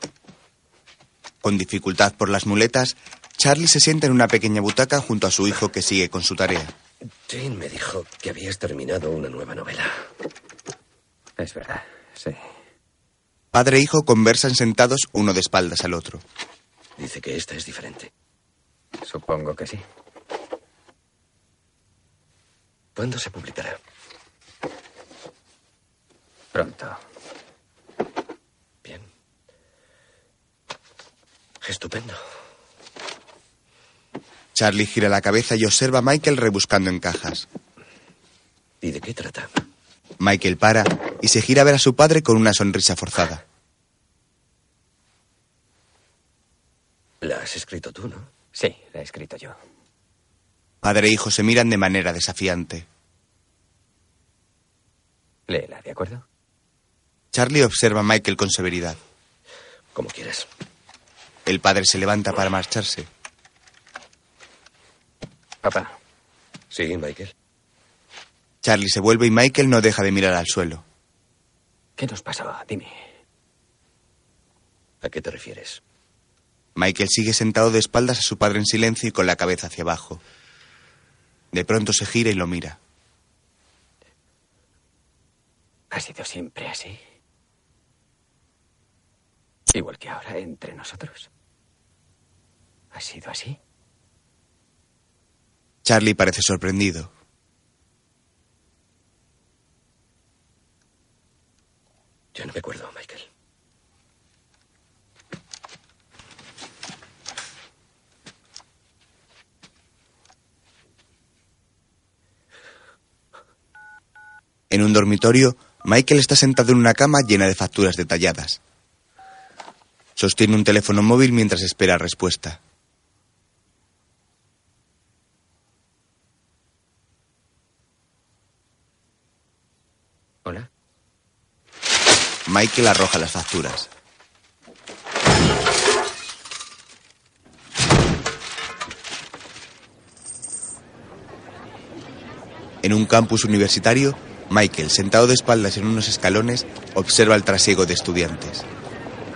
Speaker 1: Con dificultad por las muletas, Charlie se sienta en una pequeña butaca junto a su hijo que sigue con su tarea.
Speaker 2: Jane me dijo que habías terminado una nueva novela.
Speaker 8: Es verdad, sí.
Speaker 1: Padre e hijo conversan sentados uno de espaldas al otro.
Speaker 2: Dice que esta es diferente.
Speaker 8: Supongo que sí.
Speaker 2: ¿Cuándo se publicará?
Speaker 8: Pronto.
Speaker 2: Bien. Estupendo.
Speaker 1: Charlie gira la cabeza y observa a Michael rebuscando en cajas.
Speaker 2: ¿Y de qué trata?
Speaker 1: Michael para y se gira a ver a su padre con una sonrisa forzada.
Speaker 2: La has escrito tú, ¿no?
Speaker 8: Sí, la he escrito yo.
Speaker 1: Padre e hijo se miran de manera desafiante.
Speaker 8: Léela, ¿de acuerdo?
Speaker 1: Charlie observa a Michael con severidad.
Speaker 2: Como quieras.
Speaker 1: El padre se levanta para marcharse.
Speaker 8: Papá.
Speaker 2: Sí, Michael.
Speaker 1: Charlie se vuelve y Michael no deja de mirar al suelo.
Speaker 8: ¿Qué nos pasó? Dime.
Speaker 2: ¿A qué te refieres?
Speaker 1: Michael sigue sentado de espaldas a su padre en silencio y con la cabeza hacia abajo. De pronto se gira y lo mira.
Speaker 8: ¿Ha sido siempre así? Igual que ahora entre nosotros. ¿Ha sido así?
Speaker 1: Charlie parece sorprendido.
Speaker 2: Yo no me acuerdo, Michael.
Speaker 1: En un dormitorio, Michael está sentado en una cama llena de facturas detalladas. Sostiene un teléfono móvil mientras espera respuesta.
Speaker 8: Hola.
Speaker 1: Michael arroja las facturas. En un campus universitario, Michael, sentado de espaldas en unos escalones, observa el trasiego de estudiantes.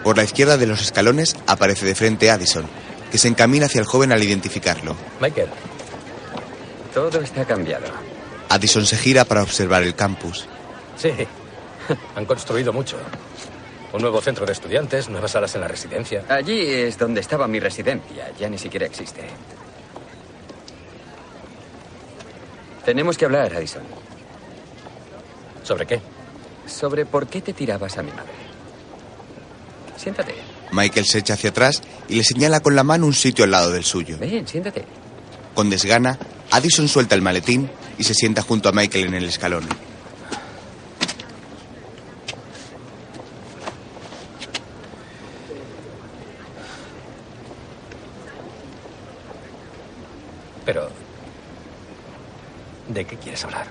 Speaker 1: Por la izquierda de los escalones aparece de frente Addison, que se encamina hacia el joven al identificarlo.
Speaker 8: Michael. Todo está cambiado.
Speaker 1: Addison se gira para observar el campus.
Speaker 14: Sí. Han construido mucho. Un nuevo centro de estudiantes, nuevas salas en la residencia.
Speaker 8: Allí es donde estaba mi residencia. Ya ni siquiera existe. Tenemos que hablar, Addison.
Speaker 14: ¿Sobre qué?
Speaker 8: Sobre por qué te tirabas a mi madre. Siéntate.
Speaker 1: Michael se echa hacia atrás y le señala con la mano un sitio al lado del suyo.
Speaker 8: Ven, siéntate.
Speaker 1: Con desgana, Addison suelta el maletín y se sienta junto a Michael en el escalón.
Speaker 14: Pero... ¿De qué quieres hablar?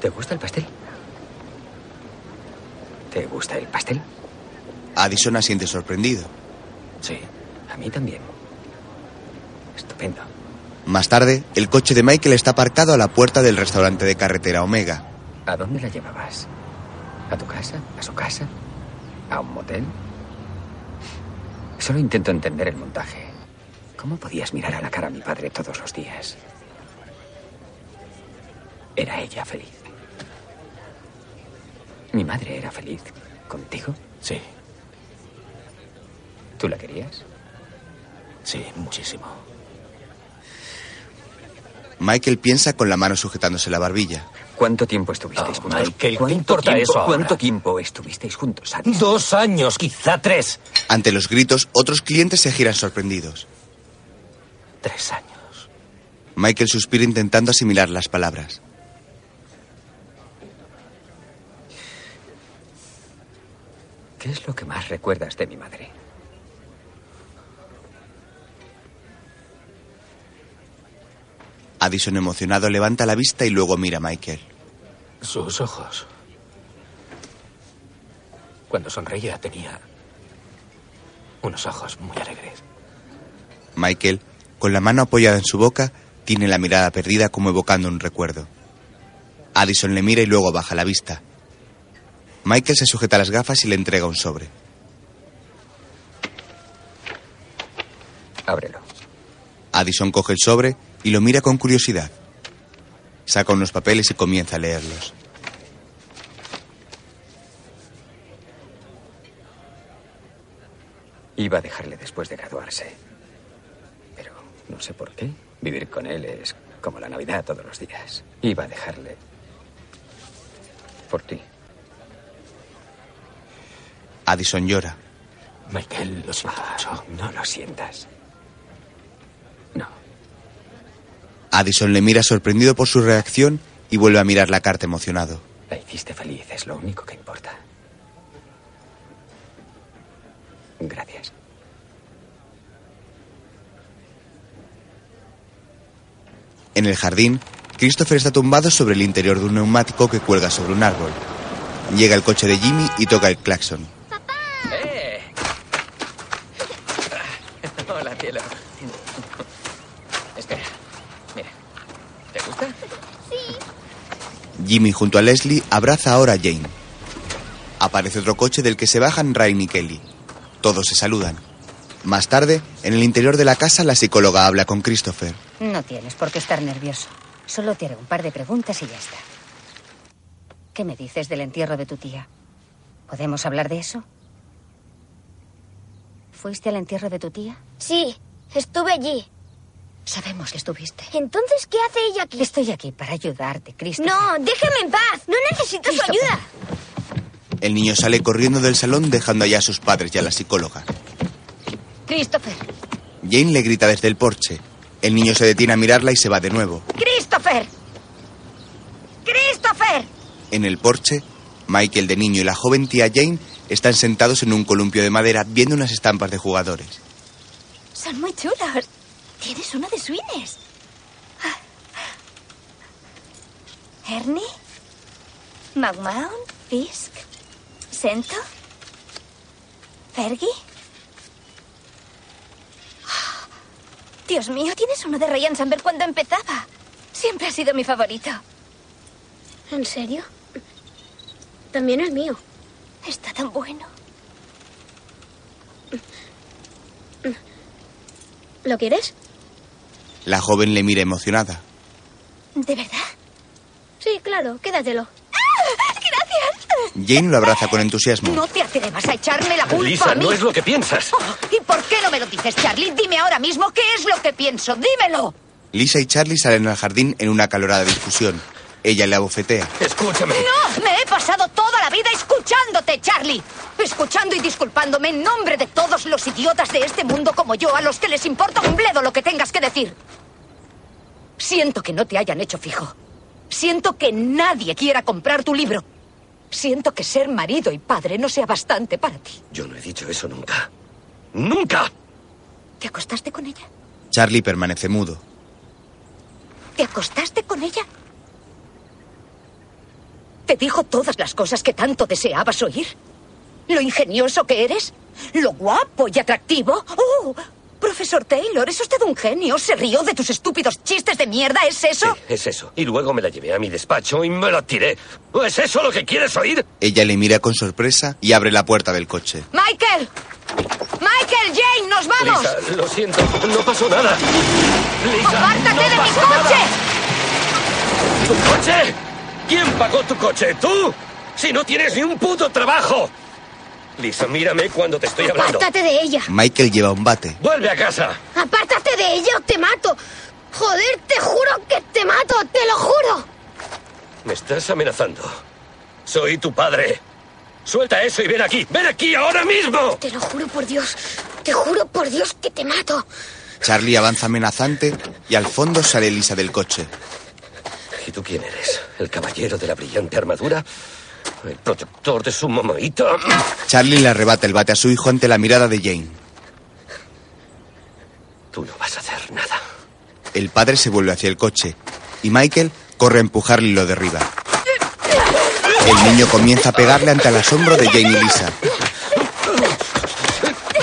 Speaker 8: ¿Te gusta el pastel? ¿Te gusta el pastel?
Speaker 1: Addison asiente sorprendido.
Speaker 8: Sí, a mí también. Estupendo.
Speaker 1: Más tarde, el coche de Michael está aparcado a la puerta del restaurante de carretera Omega.
Speaker 8: ¿A dónde la llevabas? ¿A tu casa? ¿A su casa? ¿A un motel? Solo intento entender el montaje. ¿Cómo podías mirar a la cara a mi padre todos los días? ¿Era ella feliz? ¿Mi madre era feliz contigo?
Speaker 14: Sí.
Speaker 8: ¿Tú la querías?
Speaker 14: Sí, muchísimo.
Speaker 1: Michael piensa con la mano sujetándose la barbilla.
Speaker 8: ¿Cuánto tiempo estuvisteis
Speaker 14: Oh,
Speaker 8: juntos?
Speaker 14: Michael, ¿qué
Speaker 8: ¿Cuánto
Speaker 14: importa
Speaker 8: tiempo-
Speaker 14: eso ahora?
Speaker 8: ¿Cuánto tiempo estuvisteis juntos? Addison?
Speaker 14: Dos años, quizá tres.
Speaker 1: Ante los gritos, otros clientes se giran sorprendidos.
Speaker 14: Tres años.
Speaker 1: Michael suspira intentando asimilar las palabras.
Speaker 8: ¿Qué es lo que más recuerdas de mi madre?
Speaker 1: Addison emocionado levanta la vista y luego mira a Michael.
Speaker 14: Sus ojos. Cuando sonreía tenía unos ojos muy alegres.
Speaker 1: Michael, con la mano apoyada en su boca, tiene la mirada perdida como evocando un recuerdo. Addison le mira y luego baja la vista. Michael se sujeta las gafas y le entrega un sobre.
Speaker 8: Ábrelo.
Speaker 1: Addison coge el sobre y lo mira con curiosidad. Saca unos papeles y comienza a leerlos.
Speaker 8: Iba a dejarle después de graduarse. Pero no sé por qué. Vivir con él es como la Navidad todos los días. Iba a dejarle. Por ti.
Speaker 1: Addison llora. Ah,
Speaker 14: Michael, lo siento mucho.
Speaker 8: No lo sientas.
Speaker 1: Addison le mira sorprendido por su reacción y vuelve a mirar la carta emocionado.
Speaker 8: La hiciste feliz, es lo único que importa. Gracias.
Speaker 1: En el jardín, Christopher está tumbado sobre el interior de un neumático que cuelga sobre un árbol. Llega el coche de Jimmy y toca el claxon.
Speaker 4: ¡Eh! Hola, cielo. Espera. Mira. ¿Te gusta?
Speaker 1: Jimmy junto a Leslie abraza ahora a Jane. Aparece otro coche del que se bajan Ryan y Kelly. Todos se saludan. Más tarde, en el interior de la casa, la psicóloga habla con Christopher.
Speaker 7: No tienes por qué estar nervioso.
Speaker 3: Solo te haré un par de preguntas y ya está. ¿Qué me dices del entierro de tu tía? ¿Podemos hablar de eso? ¿Fuiste al entierro de tu tía?
Speaker 12: Sí, estuve allí.
Speaker 3: Sabemos que estuviste. Este
Speaker 12: Entonces, ¿qué hace ella aquí?
Speaker 3: Estoy aquí para ayudarte, Cristo.
Speaker 12: No, déjeme en paz. No necesito su ayuda.
Speaker 1: El niño sale corriendo del salón dejando allá a sus padres y a la psicóloga.
Speaker 3: Christopher,
Speaker 1: Jane le grita desde el porche. El niño se detiene a mirarla y se va de nuevo.
Speaker 3: Christopher.
Speaker 12: Christopher.
Speaker 1: En el porche, Michael de niño y la joven tía Jane están sentados en un columpio de madera viendo unas estampas de jugadores.
Speaker 6: Son muy chulos. Tienes uno de Swines. Ah. Ernie, McMahon, Fisk, Sento, Fergie. Ah. Dios mío, tienes uno de Ryan Samber cuando empezaba. Siempre ha sido mi favorito.
Speaker 12: ¿En serio? También el mío.
Speaker 6: Está tan bueno.
Speaker 12: ¿Lo quieres?
Speaker 1: La joven le mira emocionada.
Speaker 6: ¿De verdad?
Speaker 12: Sí, claro, quédatelo.
Speaker 1: Jane lo abraza con entusiasmo.
Speaker 3: no te atrevas a echarme la culpa
Speaker 2: Lisa,
Speaker 3: a mí. Oh,
Speaker 2: no es lo que piensas.
Speaker 3: ¿Y por qué no me lo dices, Charlie? Dime ahora mismo qué es lo que pienso. Dímelo.
Speaker 1: Lisa y Charlie salen al jardín en una calorada discusión. Ella le abofetea.
Speaker 2: Escúchame.
Speaker 3: No, me he pasado toda la vida escuchándote, Charlie. Escuchando y disculpándome en nombre de todos los idiotas de este mundo como yo, a los que les importa un bledo lo que tengas que decir. Siento que no te hayan hecho fijo. Siento que nadie quiera comprar tu libro. Siento que ser marido y padre no sea bastante para ti.
Speaker 2: Yo no he dicho eso nunca. ¡Nunca!
Speaker 3: ¿Te acostaste con ella?
Speaker 1: Charlie permanece mudo.
Speaker 3: ¿Te acostaste con ella? ¿Te dijo todas las cosas que tanto deseabas oír? ¿Lo ingenioso que eres? ¿Lo guapo y atractivo? ¡Oh! Profesor Taylor, es usted un genio. ¿Se rió de tus estúpidos chistes de mierda? ¿Es eso?
Speaker 2: Es eso. Y luego me la llevé a mi despacho y me la tiré. ¿Es eso lo que quieres oír?
Speaker 1: Ella le mira con sorpresa y abre la puerta del coche.
Speaker 3: ¡Michael! ¡Michael, Jane, nos vamos!
Speaker 2: Lisa, lo siento. No pasó nada.
Speaker 3: ¡Apártate de mi coche!
Speaker 2: ¿Tu coche? ¿Quién pagó tu coche? ¿Tú? Si no tienes ni un puto trabajo. Lisa, mírame cuando te estoy hablando.
Speaker 12: Apártate de ella.
Speaker 1: Michael lleva un bate.
Speaker 2: ¡Vuelve a casa!
Speaker 12: Apártate de ella o te mato. Joder, te juro que te mato, te lo juro.
Speaker 2: Me estás amenazando. Soy tu padre. Suelta eso y ven aquí. ¡Ven aquí ahora mismo!
Speaker 12: Te lo juro por Dios. Te juro por Dios que te mato.
Speaker 1: Charlie avanza amenazante y al fondo sale Lisa del coche.
Speaker 2: ¿Y tú quién eres? ¿El caballero de la brillante armadura? ¿El protector de su momoito?
Speaker 1: Charlie le arrebata el bate a su hijo ante la mirada de Jane.
Speaker 2: Tú no vas a hacer nada.
Speaker 1: El padre se vuelve hacia el coche y Michael corre a empujarle y lo derriba. El niño comienza a pegarle ante el asombro de Jane y Lisa.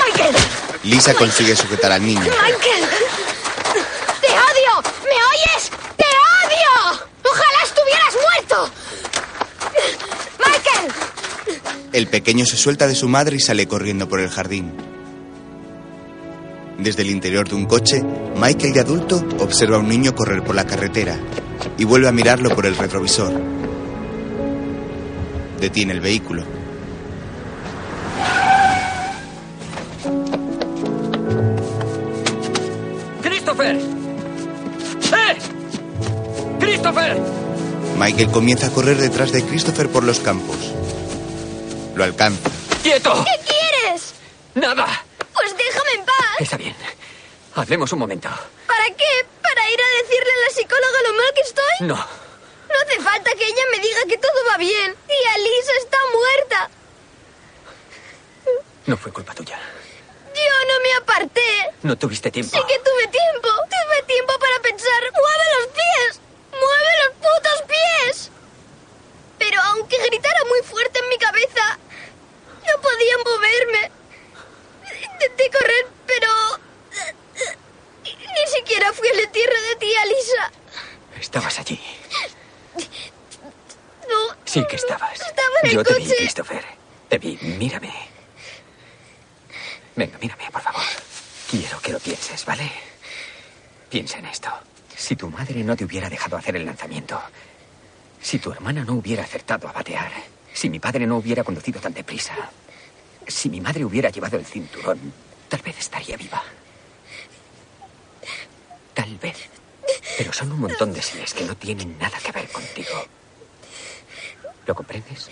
Speaker 6: ¡Michael!
Speaker 1: Lisa consigue sujetar al niño.
Speaker 6: ¡Michael!
Speaker 12: ¡Te odio! ¿Me oyes? ¡Te odio! ¡Ojalá estuvieras muerto! ¡Michael!
Speaker 1: El pequeño se suelta de su madre y sale corriendo por el jardín. Desde el interior de un coche, Michael de adulto observa a un niño correr por la carretera y vuelve a mirarlo por el retrovisor. Detiene el vehículo.
Speaker 8: ¡Christopher! ¡Eh! ¡Christopher!
Speaker 1: Michael comienza a correr detrás de Christopher por los campos. Lo alcanza.
Speaker 8: ¡Quieto!
Speaker 12: ¿Qué quieres?
Speaker 8: ¡Nada!
Speaker 12: Pues déjame en paz.
Speaker 8: Está bien. Hablemos un momento.
Speaker 12: ¿Para qué? ¿Para ir a decirle a la psicóloga lo mal que estoy?
Speaker 8: No.
Speaker 12: No hace falta que ella me diga que todo va bien. Tía Lisa está muerta.
Speaker 8: No fue culpa tuya.
Speaker 12: Yo no me aparté.
Speaker 8: No tuviste tiempo.
Speaker 12: Sí que tuve tiempo. Tuve tiempo para pensar. ¡Mueve los pies! ¡Mueve los putos pies! Pero aunque gritara muy fuerte en mi cabeza, no podía moverme. Intenté correr, pero... Ni siquiera fui al entierro de tía Lisa.
Speaker 8: Estabas allí.
Speaker 12: No,
Speaker 8: Sí que estabas.
Speaker 12: estaba en el
Speaker 8: Yo te vi,
Speaker 12: coche.
Speaker 8: Christopher. Te vi. Mírame. Venga, mírame, por favor. Quiero que lo pienses, ¿vale? Piensa en esto. Si tu madre no te hubiera dejado hacer el lanzamiento, si tu hermana no hubiera acertado a batear, si mi padre no hubiera conducido tan deprisa, si mi madre hubiera llevado el cinturón, tal vez estaría viva. Tal vez. Pero son un montón de síes que no tienen nada que ver contigo. ¿Lo comprendes?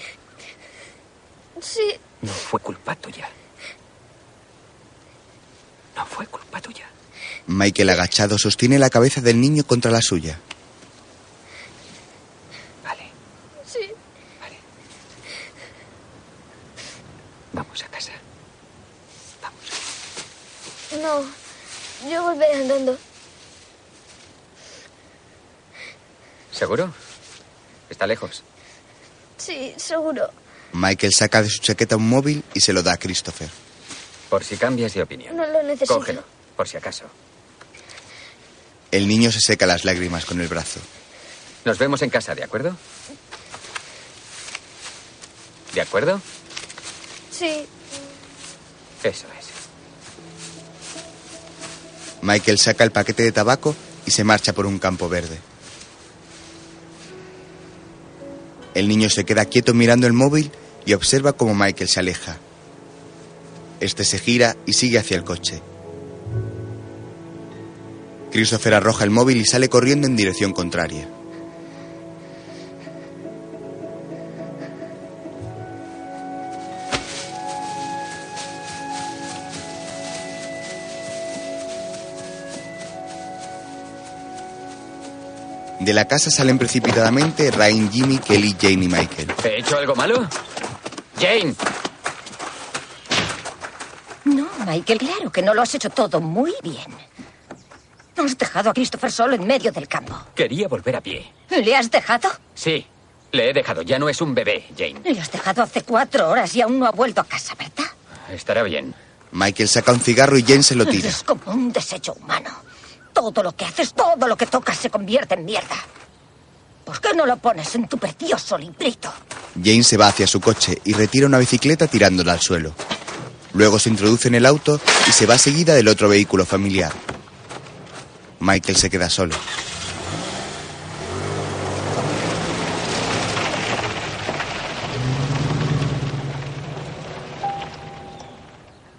Speaker 12: Sí,
Speaker 8: No fue culpa tuya. No fue culpa tuya.
Speaker 1: Michael agachado sostiene la cabeza del niño contra la suya.
Speaker 12: sí.
Speaker 8: Vamos a casa.
Speaker 5: No, yo volveré andando.
Speaker 4: ¿Seguro? Está lejos.
Speaker 5: Sí, seguro.
Speaker 1: Michael saca de su chaqueta un móvil y se lo da a Christopher.
Speaker 4: Por si cambias de opinión.
Speaker 5: No lo necesito.
Speaker 4: Cógelo, por si acaso.
Speaker 1: El niño se seca las lágrimas con el brazo.
Speaker 4: Nos vemos en casa, ¿de acuerdo? ¿De acuerdo?
Speaker 5: Sí,
Speaker 4: Eso es.
Speaker 1: Michael saca el paquete de tabaco y se marcha por un campo verde. El niño se queda quieto mirando el móvil y observa cómo Michael se aleja. Este se gira y sigue hacia el coche. Christopher arroja el móvil y sale corriendo en dirección contraria. De la casa salen precipitadamente Ryan, Jimmy, Kelly, Jane y Michael.
Speaker 4: ¿He hecho algo malo? Jane,
Speaker 7: No, Michael, claro que no lo has hecho todo muy bien. Has dejado a Christopher solo en medio del campo.
Speaker 4: quería volver a pie.
Speaker 7: ¿Le has dejado?
Speaker 4: Sí, le he dejado. Ya no es un bebé, Jane.
Speaker 7: Le has dejado hace cuatro horas y aún no ha vuelto a casa, ¿verdad?
Speaker 4: Estará bien.
Speaker 1: Michael saca un cigarro y Jane se lo tira.
Speaker 7: Es como un desecho humano. Todo lo que haces, todo lo que tocas se convierte en mierda. ¿Por qué no lo pones en tu precioso librito?
Speaker 1: Jane se va hacia su coche y retira una bicicleta tirándola al suelo. Luego se introduce en el auto y se va seguida del otro vehículo familiar. Michael se queda solo.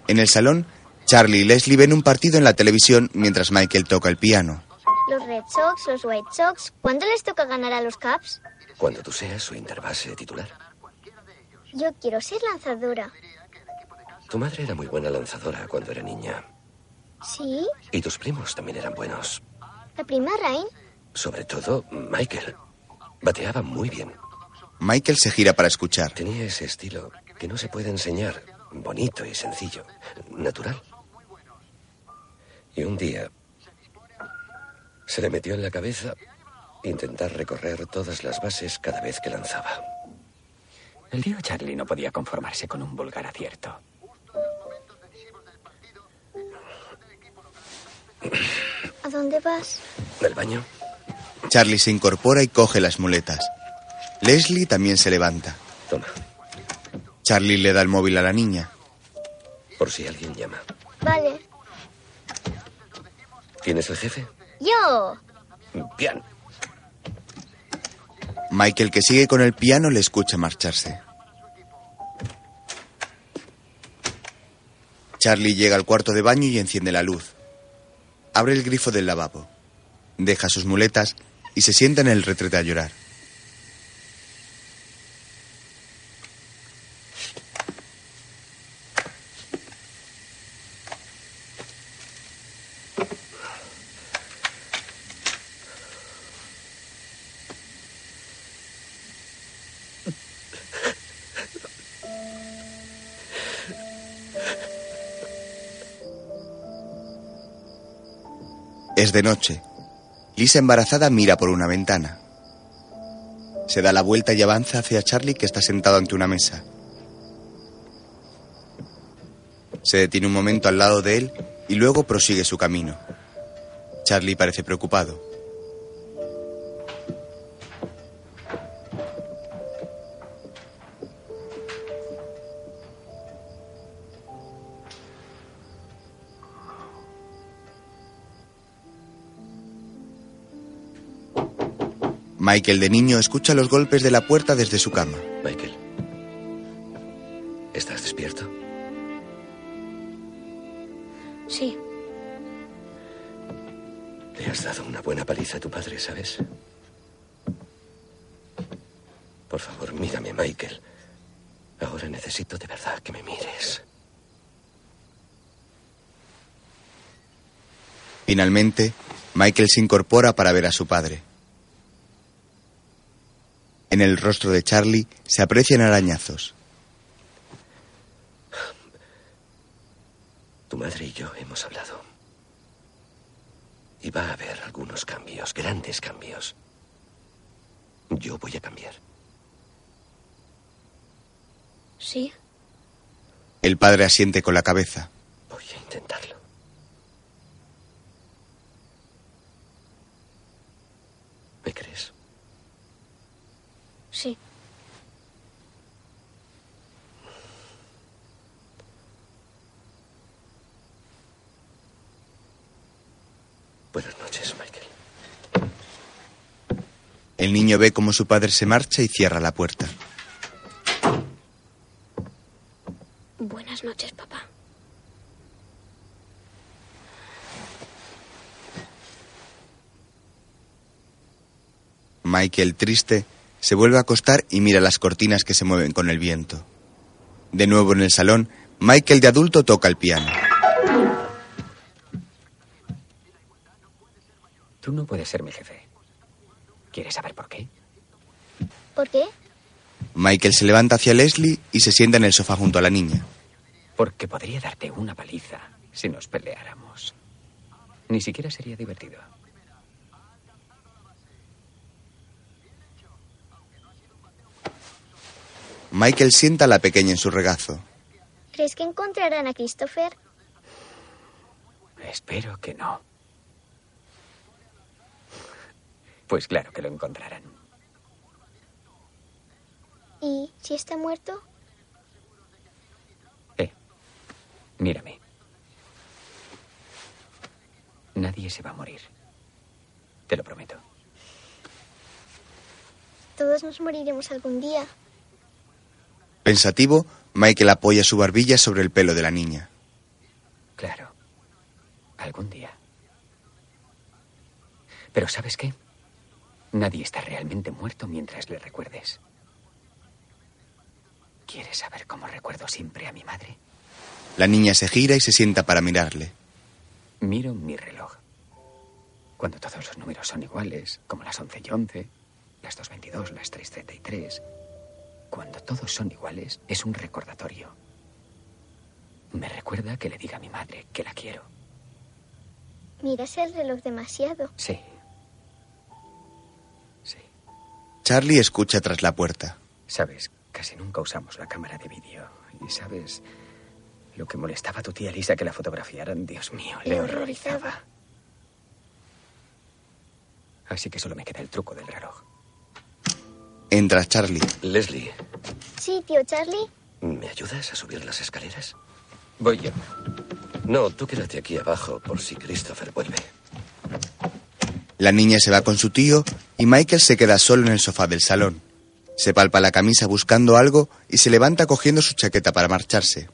Speaker 1: En el salón, Charlie y Leslie ven un partido en la televisión mientras Michael toca el piano.
Speaker 5: los Red Sox, los White Sox. ¿Cuándo les toca ganar a los Caps?
Speaker 2: Cuando tú seas su interbase titular.
Speaker 5: Yo quiero ser lanzadora.
Speaker 2: Tu madre era muy buena lanzadora cuando era niña.
Speaker 5: ¿Sí?
Speaker 2: Y tus primos también eran buenos.
Speaker 5: ¿La prima Rain?
Speaker 2: Sobre todo Michael. Bateaba muy bien.
Speaker 1: Michael se gira para escuchar.
Speaker 2: Tenía ese estilo que no se puede enseñar. Bonito y sencillo. Natural. Y un día se le metió en la cabeza intentar recorrer todas las bases cada vez que lanzaba.
Speaker 8: El tío Charlie no podía conformarse con un vulgar acierto.
Speaker 5: ¿A dónde vas?
Speaker 2: ¿Del baño?
Speaker 1: Charlie se incorpora y coge las muletas. Leslie también se levanta.
Speaker 2: Toma.
Speaker 1: Charlie le da el móvil a la niña.
Speaker 2: Por si alguien llama.
Speaker 5: Vale.
Speaker 2: ¿Quién es el jefe?
Speaker 5: Yo.
Speaker 2: Bien.
Speaker 1: Michael, que sigue con el piano, le escucha marcharse. Charlie llega al cuarto de baño y enciende la luz. Abre el grifo del lavabo. Deja sus muletas y se sienta en el retrete a llorar. Es de noche. Lisa embarazada mira por una ventana. Se da la vuelta y avanza hacia Charlie que está sentado ante una mesa. Se detiene un momento al lado de él y luego prosigue su camino. Charlie parece preocupado. Michael de niño escucha los golpes de la puerta desde su cama.
Speaker 2: Michael. ¿Estás despierto?
Speaker 5: Sí,
Speaker 2: Le has dado una buena paliza a tu padre, ¿sabes? Por favor, mírame, Michael. Ahora necesito de verdad que me mires.
Speaker 1: Finalmente, Michael se incorpora para ver a su padre. En el rostro de Charlie se aprecian arañazos.
Speaker 2: Tu madre y yo hemos hablado. Y va a haber algunos cambios, grandes cambios. Yo voy a cambiar.
Speaker 5: sí.
Speaker 1: El padre asiente con la cabeza.
Speaker 2: Voy a intentarlo. ¿Me crees?
Speaker 5: Sí.
Speaker 2: Buenas noches, Michael.
Speaker 1: El niño ve cómo su padre se marcha y cierra la puerta.
Speaker 5: Buenas noches, papá.
Speaker 1: Michael, triste, se vuelve a acostar y mira las cortinas que se mueven con el viento. De nuevo en el salón, Michael de adulto toca el piano.
Speaker 8: Tú no puedes ser mi jefe. ¿Quieres saber por qué?
Speaker 5: ¿Por qué?
Speaker 1: Michael se levanta hacia Leslie y se sienta en el sofá junto a la niña.
Speaker 8: Porque podría darte una paliza si nos peleáramos. Ni siquiera sería divertido.
Speaker 1: Michael sienta a la pequeña en su regazo.
Speaker 5: ¿Crees que encontrarán a Christopher?
Speaker 8: Espero que no. Pues claro que lo encontrarán.
Speaker 5: ¿Y si está muerto?
Speaker 8: Mírame. Nadie se va a morir. Te lo prometo.
Speaker 5: Todos nos moriremos algún día.
Speaker 1: Pensativo, Michael apoya su barbilla sobre el pelo de la niña.
Speaker 8: Claro. Algún día. Pero ¿sabes qué? Nadie está realmente muerto mientras le recuerdes. ¿Quieres saber cómo recuerdo siempre a mi madre?
Speaker 1: La niña se gira y se sienta para mirarle.
Speaker 8: Miro mi reloj. Cuando todos los números son iguales, como las 11 y 11, las 2.22, las 3.33, cuando todos son iguales, es un recordatorio. Me recuerda que le diga a mi madre que la quiero.
Speaker 5: Miras el reloj demasiado.
Speaker 8: Sí.
Speaker 1: Charlie escucha tras la puerta.
Speaker 8: Sabes, casi nunca usamos la cámara de vídeo. Y sabes, lo que molestaba a tu tía Lisa que la fotografiaran, Dios mío, le
Speaker 5: Lo
Speaker 8: horrorizaba.
Speaker 5: horrorizaba.
Speaker 8: Así que solo me queda el truco del reloj.
Speaker 1: Entra Charlie.
Speaker 2: Leslie,
Speaker 5: Sí, tío Charlie.
Speaker 2: ¿me ayudas a subir las escaleras?
Speaker 8: Voy yo.
Speaker 2: No, tú quédate aquí abajo por si Christopher vuelve.
Speaker 1: La niña se va con su tío y Michael se queda solo en el sofá del salón. Se palpa la camisa buscando algo y se levanta cogiendo su chaqueta para marcharse.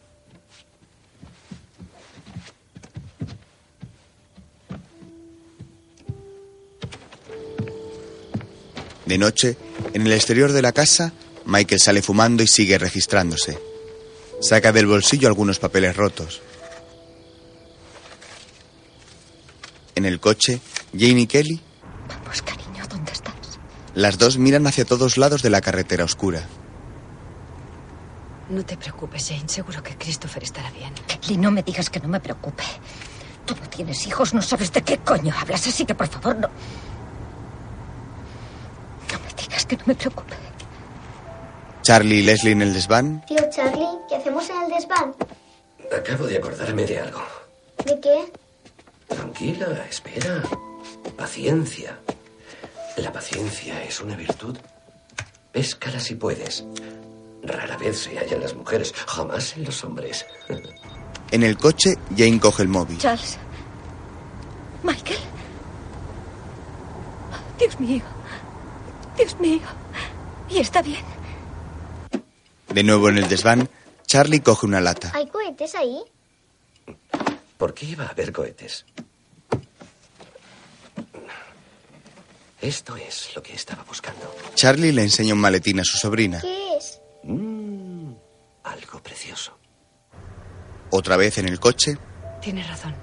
Speaker 1: De noche, en el exterior de la casa, Michael sale fumando y sigue registrándose. Saca del bolsillo algunos papeles rotos. En el coche, Jane y Kelly
Speaker 7: Vamos, cariño, ¿dónde estás?
Speaker 1: Las dos miran hacia todos lados de la carretera oscura.
Speaker 7: No te preocupes, Jane. Seguro que Christopher estará bien. Kelly, no me digas que no me preocupe. Tú no tienes hijos, no sabes de qué coño hablas, así que por favor no. No me digas que no me preocupe.
Speaker 1: Charlie y Leslie en el desván.
Speaker 5: Tío Charlie, ¿qué hacemos en el desván?
Speaker 2: Acabo de acordarme de algo.
Speaker 5: ¿De qué?
Speaker 2: Tranquila, espera. Paciencia. La paciencia es una virtud. Péscala si puedes. Rara vez se halla en las mujeres, jamás en los hombres.
Speaker 1: En el coche, Jane coge el móvil.
Speaker 7: Charles. Michael. Dios mío.
Speaker 12: Dios mío. ¿Y está bien?
Speaker 1: De nuevo en el desván, Charlie coge una lata.
Speaker 5: ¿Hay cohetes ahí?
Speaker 2: ¿Por qué iba a haber cohetes? Esto es lo que estaba buscando.
Speaker 1: Charlie le enseña un maletín a su sobrina.
Speaker 5: ¿Qué es?
Speaker 2: Mm, algo precioso.
Speaker 1: Otra vez en el coche,
Speaker 11: Tienes razón.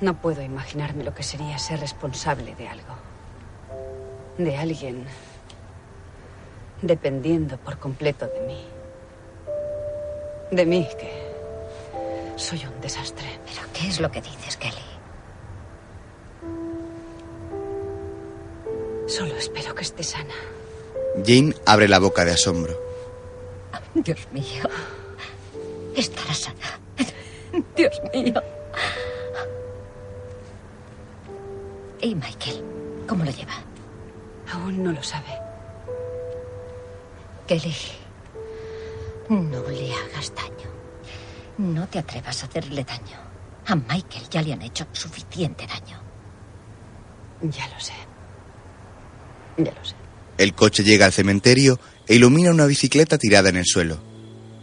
Speaker 11: No puedo imaginarme lo que sería ser responsable de algo. De alguien dependiendo por completo de mí. De mí, que soy un desastre.
Speaker 7: ¿Pero qué es lo que dices, Kelly?
Speaker 11: Solo espero que esté sana.
Speaker 1: Jane abre la boca de asombro.
Speaker 7: Dios mío. Estará sana. Dios mío. ¿Y Michael? ¿Cómo lo lleva?
Speaker 11: Aún no lo sabe.
Speaker 7: Kelly, no le hagas daño. No te atrevas a hacerle daño. A Michael ya le han hecho suficiente daño.
Speaker 11: Ya lo sé. Ya lo sé.
Speaker 1: El coche llega al cementerio e ilumina una bicicleta tirada en el suelo.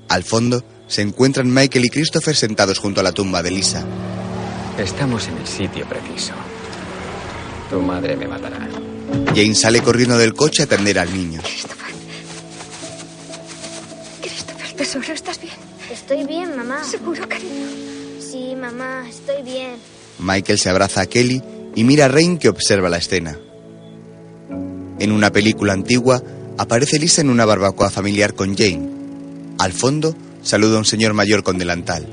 Speaker 1: Al fondo se encuentran Michael y Christopher sentados junto a la tumba de Lisa.
Speaker 8: Estamos en el sitio preciso. Tu madre me matará.
Speaker 1: Jane sale corriendo del coche a atender al niño.
Speaker 12: Christopher, tesoro, ¿estás bien?
Speaker 5: Estoy bien, mamá.
Speaker 12: Seguro, cariño.
Speaker 5: Sí, mamá, estoy bien.
Speaker 1: Michael se abraza a Kelly y mira a Rain que observa la escena. En una película antigua aparece Lisa en una barbacoa familiar con Jane. Al fondo saluda a un señor mayor con delantal.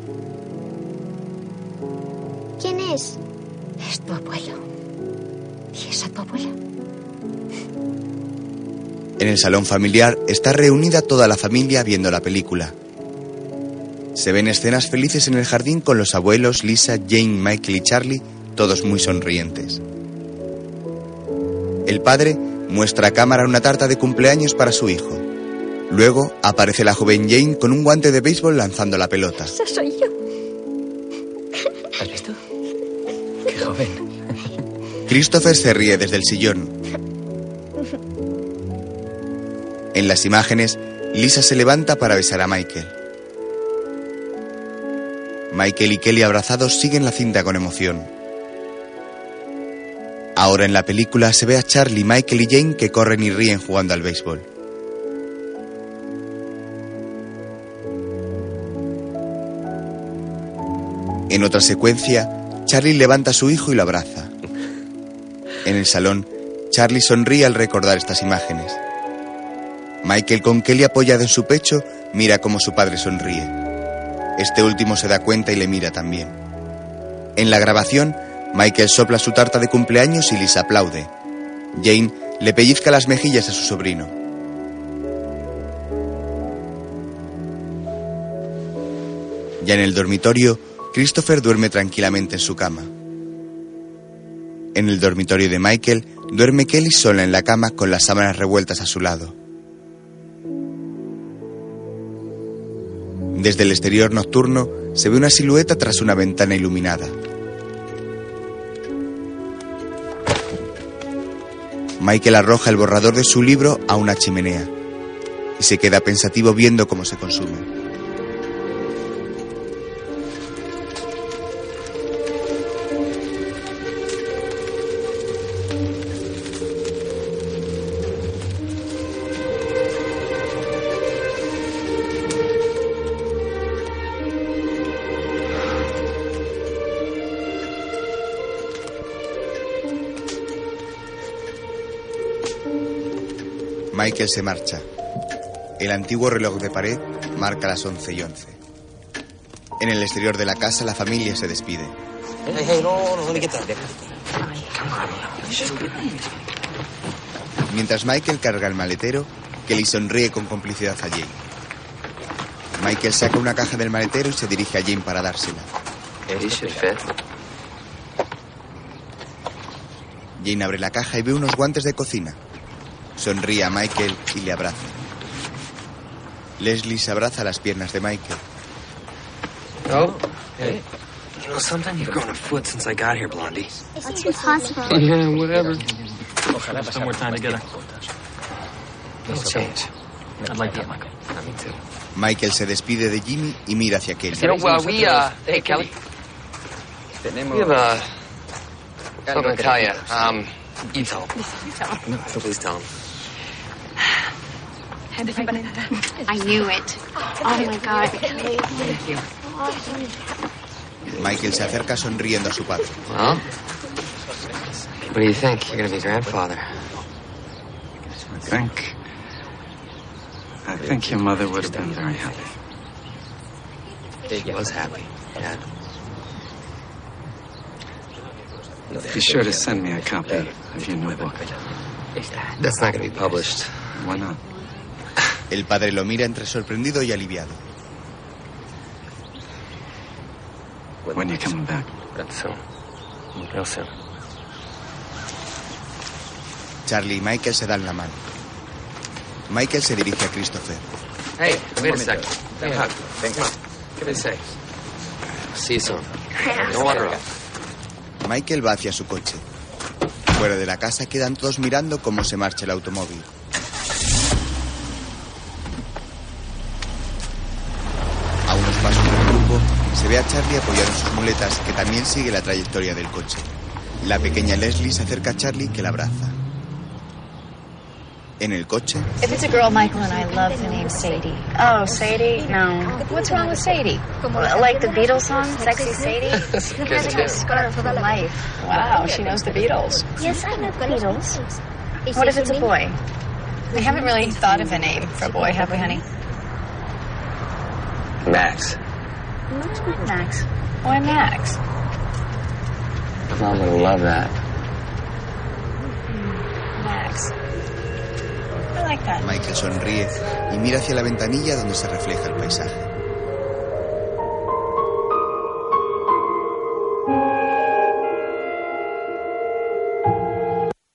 Speaker 5: ¿Quién es?
Speaker 7: Es tu abuelo. ¿Y es a tu abuela?
Speaker 1: En el salón familiar está reunida toda la familia viendo la película. Se ven escenas felices en el jardín con los abuelos, Lisa, Jane, Michael y Charlie, todos muy sonrientes. El padre muestra a cámara una tarta de cumpleaños para su hijo. Luego aparece la joven Jane con un guante de béisbol lanzando la pelota.
Speaker 12: Esa soy yo.
Speaker 8: ¿Has visto? Qué joven.
Speaker 1: Christopher se ríe desde el sillón. En las imágenes, Lisa se levanta para besar a Michael. Michael y Kelly abrazados siguen la cinta con emoción. Ahora en la película se ve a Charlie, Michael y Jane que corren y ríen jugando al béisbol. En otra secuencia, Charlie levanta a su hijo y lo abraza. En el salón, Charlie sonríe al recordar estas imágenes. Michael con Kelly apoyado en su pecho mira cómo su padre sonríe. Este último se da cuenta y le mira también. En la grabación, Michael sopla su tarta de cumpleaños y Lisa aplaude. Jane le pellizca las mejillas a su sobrino. Ya en el dormitorio, Christopher duerme tranquilamente en su cama. En el dormitorio de Michael, duerme Kelly sola en la cama con las sábanas revueltas a su lado. Desde el exterior nocturno se ve una silueta tras una ventana iluminada. Michael arroja el borrador de su libro a una chimenea y se queda pensativo viendo cómo se consume. Michael se marcha. El antiguo reloj de pared marca las 11 y 11. En el exterior de la casa la familia se despide. Mientras Michael carga el maletero, Kelly sonríe con complicidad a Jane. Michael saca una caja del maletero y se dirige a Jane para dársela. Jane abre la caja y ve unos guantes de cocina. Sonríe a Michael y le abraza. Leslie se abraza a las piernas de Michael.
Speaker 15: Oh, hey. You know, sometimes you've grown a foot since I got here, Blondie.
Speaker 5: Es imposible.
Speaker 15: Yeah, whatever.
Speaker 9: Ojalá
Speaker 8: There's somewhere
Speaker 9: pasáramos
Speaker 8: down
Speaker 9: más
Speaker 8: together.
Speaker 9: tiempo juntos.
Speaker 8: Let's
Speaker 9: Eso
Speaker 8: say
Speaker 9: que-
Speaker 8: it.
Speaker 9: me
Speaker 8: I'd like that,
Speaker 9: gustaría.
Speaker 8: Michael.
Speaker 1: Michael se despide de Jimmy y mira hacia Kelly.
Speaker 8: You know, well, we, uh, hey, Kelly. We have, uh, something to tell you. Um, you tell him. No, please tell him.
Speaker 16: I knew it. Oh my God, Kelly. Thank you.
Speaker 1: Michael se acerca sonriendo a su padre.
Speaker 8: Well, what do you think? You're gonna be grandfather.
Speaker 2: I think. I think your mother would have been very happy.
Speaker 8: She was happy. Yeah.
Speaker 2: Be sure to send me a copy of your new book.
Speaker 1: That's not be published.
Speaker 2: Why not?
Speaker 1: El padre lo mira entre sorprendido y aliviado.
Speaker 2: When you're coming back.
Speaker 1: Soon. Real soon. Charlie y Michael se dan la mano. Michael se dirige a Christopher.
Speaker 8: Hey, wait a second. Hey, hug. Give me a sec. See you soon. Don't wander off.
Speaker 1: Michael va hacia su coche. Fuera de la casa quedan todos mirando cómo se marcha el automóvil. A unos pasos del grupo se ve a Charlie apoyado en sus muletas que también sigue la trayectoria del coche. La pequeña Leslie se acerca a Charlie que la abraza. En el coche,
Speaker 16: If it's a girl, Michael and I love the name Sadie. Oh, Sadie? No. What's wrong with Sadie? Like the Beatles song, Sexy Sadie?
Speaker 8: good
Speaker 16: She's
Speaker 8: too.
Speaker 16: a scar for life. Wow, she knows the Beatles. Yes, I know the Beatles. What if it's a boy? We haven't really thought of a name for a boy, have we, honey?
Speaker 8: Max.
Speaker 16: Max. Why Max?
Speaker 8: Mom would love that.
Speaker 16: Max. I like that.
Speaker 1: Michael sonríe y mira hacia la ventanilla donde se refleja el paisaje.